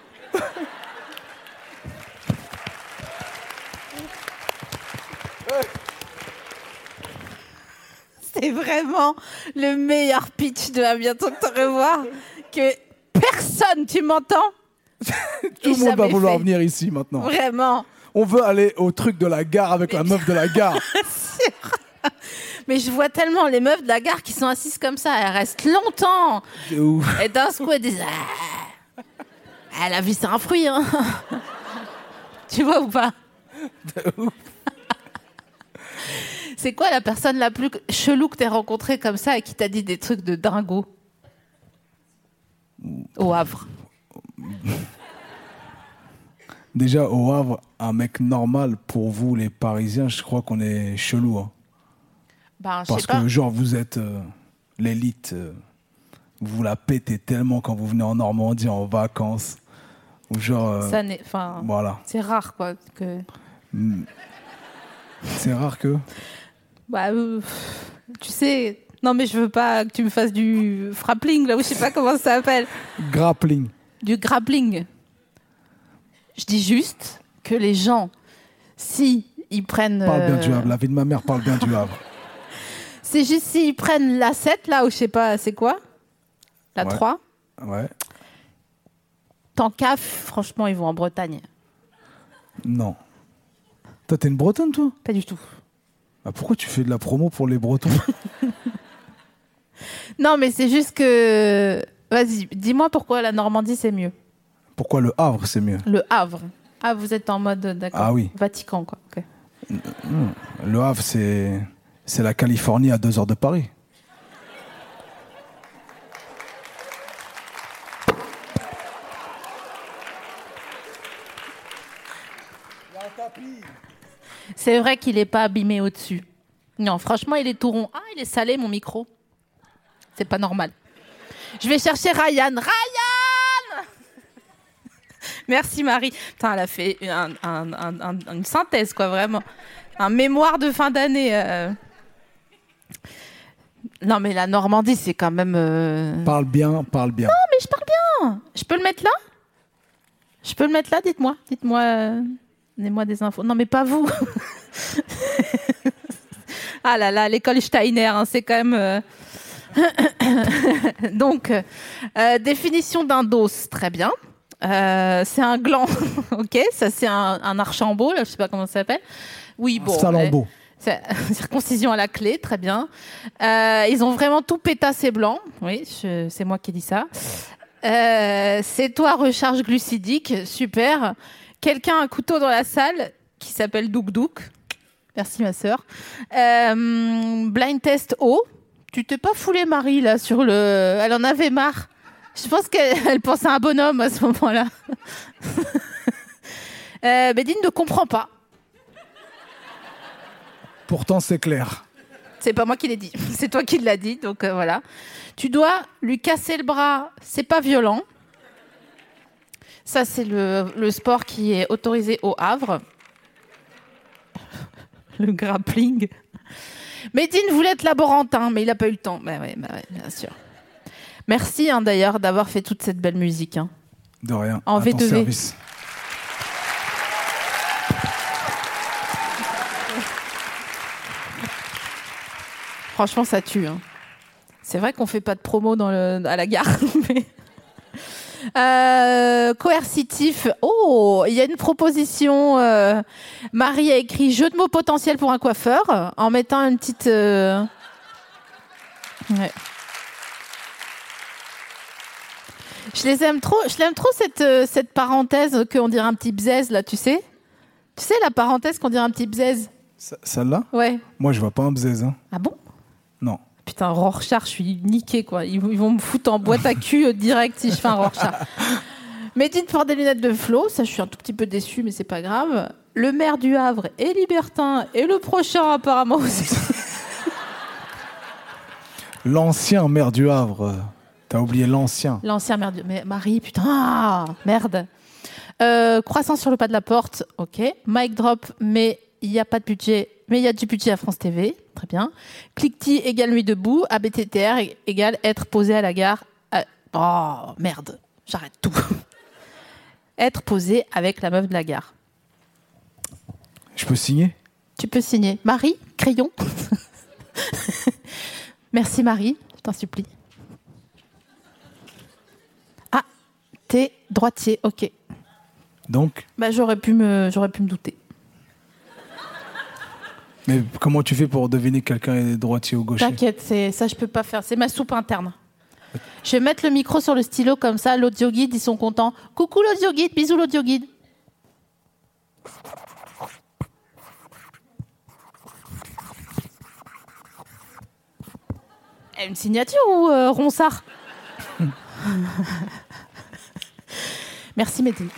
C'est vraiment le meilleur pitch de à bientôt te revoir que personne, tu m'entends Et Tout le monde va jamais vouloir fait. venir ici maintenant. Vraiment. On veut aller au truc de la gare avec la meuf de la gare. Mais je vois tellement les meufs de la gare qui sont assises comme ça, elles restent longtemps. De ouf. Et d'un coup, elles disent Ah, ah, la vie, c'est un fruit. hein. tu vois ou pas C'est quoi la personne la plus chelou que t'aies rencontrée comme ça et qui t'a dit des trucs de dingo Au Havre. Déjà, au Havre, un mec normal pour vous, les Parisiens, je crois qu'on est chelou. hein. Ben, je Parce sais pas. que, genre, vous êtes euh, l'élite. euh, vous la pétez tellement quand vous venez en Normandie en vacances. Ou genre. euh, Ça n'est. Enfin. Voilà. C'est rare, quoi. Que... C'est rare que. Bah, euh, pff, tu sais. Non, mais je veux pas que tu me fasses du frappling, là, ou je sais pas comment ça s'appelle. Grappling. du grappling. Je dis juste que les gens, si ils prennent, Parle bien euh, du Havre. La vie de ma mère parle bien du Havre. c'est juste s'ils prennent la 7 là ou je sais pas, c'est quoi La Ouais. 3 Ouais. Tant qu'à, franchement, ils vont en Bretagne. Non. Toi, t'es une Bretonne, toi Pas du tout. Bah, Pourquoi tu fais de la promo pour les Bretons Non, mais c'est juste que. Vas-y, dis-moi pourquoi la Normandie c'est mieux. Pourquoi le Havre, c'est mieux Le Havre. Ah, vous êtes en mode euh, d'accord. Ah oui. Vatican quoi. Ok. Le Havre, c'est c'est la Californie à deux heures de Paris. C'est vrai qu'il est pas abîmé au-dessus. Non, franchement, il est tout rond. Ah, il est salé, mon micro. C'est pas normal. Je vais chercher Ryan. Ryan Merci, Marie. Putain, elle a fait un- un- un- un- une synthèse, quoi, vraiment. Un mémoire de fin d'année. euh. Non, mais la Normandie, c'est quand même. euh, Parle bien, parle bien. mais je parle bien. Je peux le mettre là Je peux le mettre là Dites-moi. Dites-moi. euh, Donnez-moi des infos. Non, mais pas vous. ah là là, l'école Steiner, hein, c'est quand même. euh, Donc, euh, définition d'un dos, très bien. Euh, c'est un gland, ok Ça, c'est un, un archambault, là, je sais pas comment ça s'appelle. Oui, bon. Salambo. C'est- Circoncision à la clé, très bien. Euh, ils ont vraiment tout pétassé blanc. Oui, je- c'est moi qui ai dit ça. Euh, c'est toi, recharge glucidique, super. Quelqu'un a un couteau dans la salle qui s'appelle Douk Douk. Merci ma sœur. Euh, blind test O. Tu t'es pas foulé Marie là sur le. Elle en avait marre. Je pense qu'elle elle pense à un bonhomme à ce moment-là. euh, Bédine ne comprend pas. Pourtant, c'est clair. C'est pas moi qui l'ai dit, c'est toi qui l'as dit, donc euh, voilà. Tu dois lui casser le bras, c'est pas violent. Ça, c'est le, le sport qui est autorisé au Havre. Le grappling. Medine voulait être laborantin, mais il n'a pas eu le temps. Bah ouais, bah ouais, bien sûr. Merci hein, d'ailleurs d'avoir fait toute cette belle musique. hein. De rien. En à ton V2V. service. Franchement, ça tue. hein. C'est vrai qu'on fait pas de promo dans le, à la gare. mais- Euh, coercitif. Oh, il y a une proposition. euh, Marie a écrit jeu de mots potentiel pour un coiffeur en mettant une petite. euh, ouais. Je les aime trop. Je l'aime trop cette euh, cette parenthèse qu'on dirait un petit bzèze là, tu sais. Tu sais la parenthèse qu'on dirait un petit bzèze. Ce- Celle-là Ouais. Moi, je vois pas un bzèze. hein. Ah bon? Non. Putain, Rorschach, je suis niqué quoi. Ils, ils vont me foutre en boîte à cul euh, direct si je fais un Rorschach. Médine porte des lunettes de Flo, ça je suis un tout petit peu déçue, mais c'est pas grave. le maire du Havre est libertin et le prochain apparemment aussi. L'ancien maire du Havre. euh, T'as oublié l'ancien. L'ancien maire du... Mais Marie, putain, ah, merde. Euh, croissant sur le pas de la porte, ok. Mic drop, mais il n'y a pas de budget, mais il y a du budget à France TV, très bien. Clickty égale nuit debout, ABTTR égale être posé à la gare. à- Oh, merde, j'arrête tout. être posé avec la meuf de la gare. Je peux signer Tu peux signer Marie, crayon. Merci Marie, je t'en supplie. Ah, t'es droitier, ok. Donc, Bah, j'aurais pu me, j'aurais pu me douter. mais comment tu fais pour deviner que quelqu'un est droitier ou gaucher T'inquiète, c'est ça, je peux pas faire. C'est ma soupe interne. Je vais mettre le micro sur le stylo comme ça. L'audio guide, ils sont contents. Coucou l'audio guide, bisous l'audio guide. Eh, Une signature ou euh, Ronsard Merci Médée.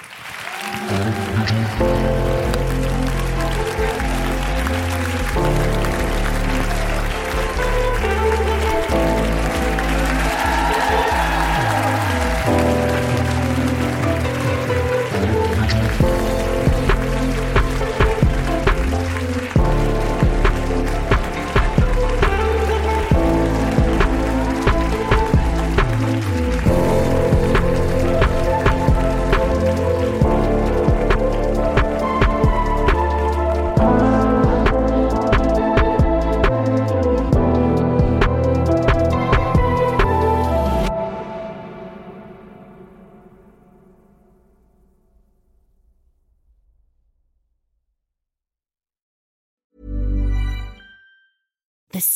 The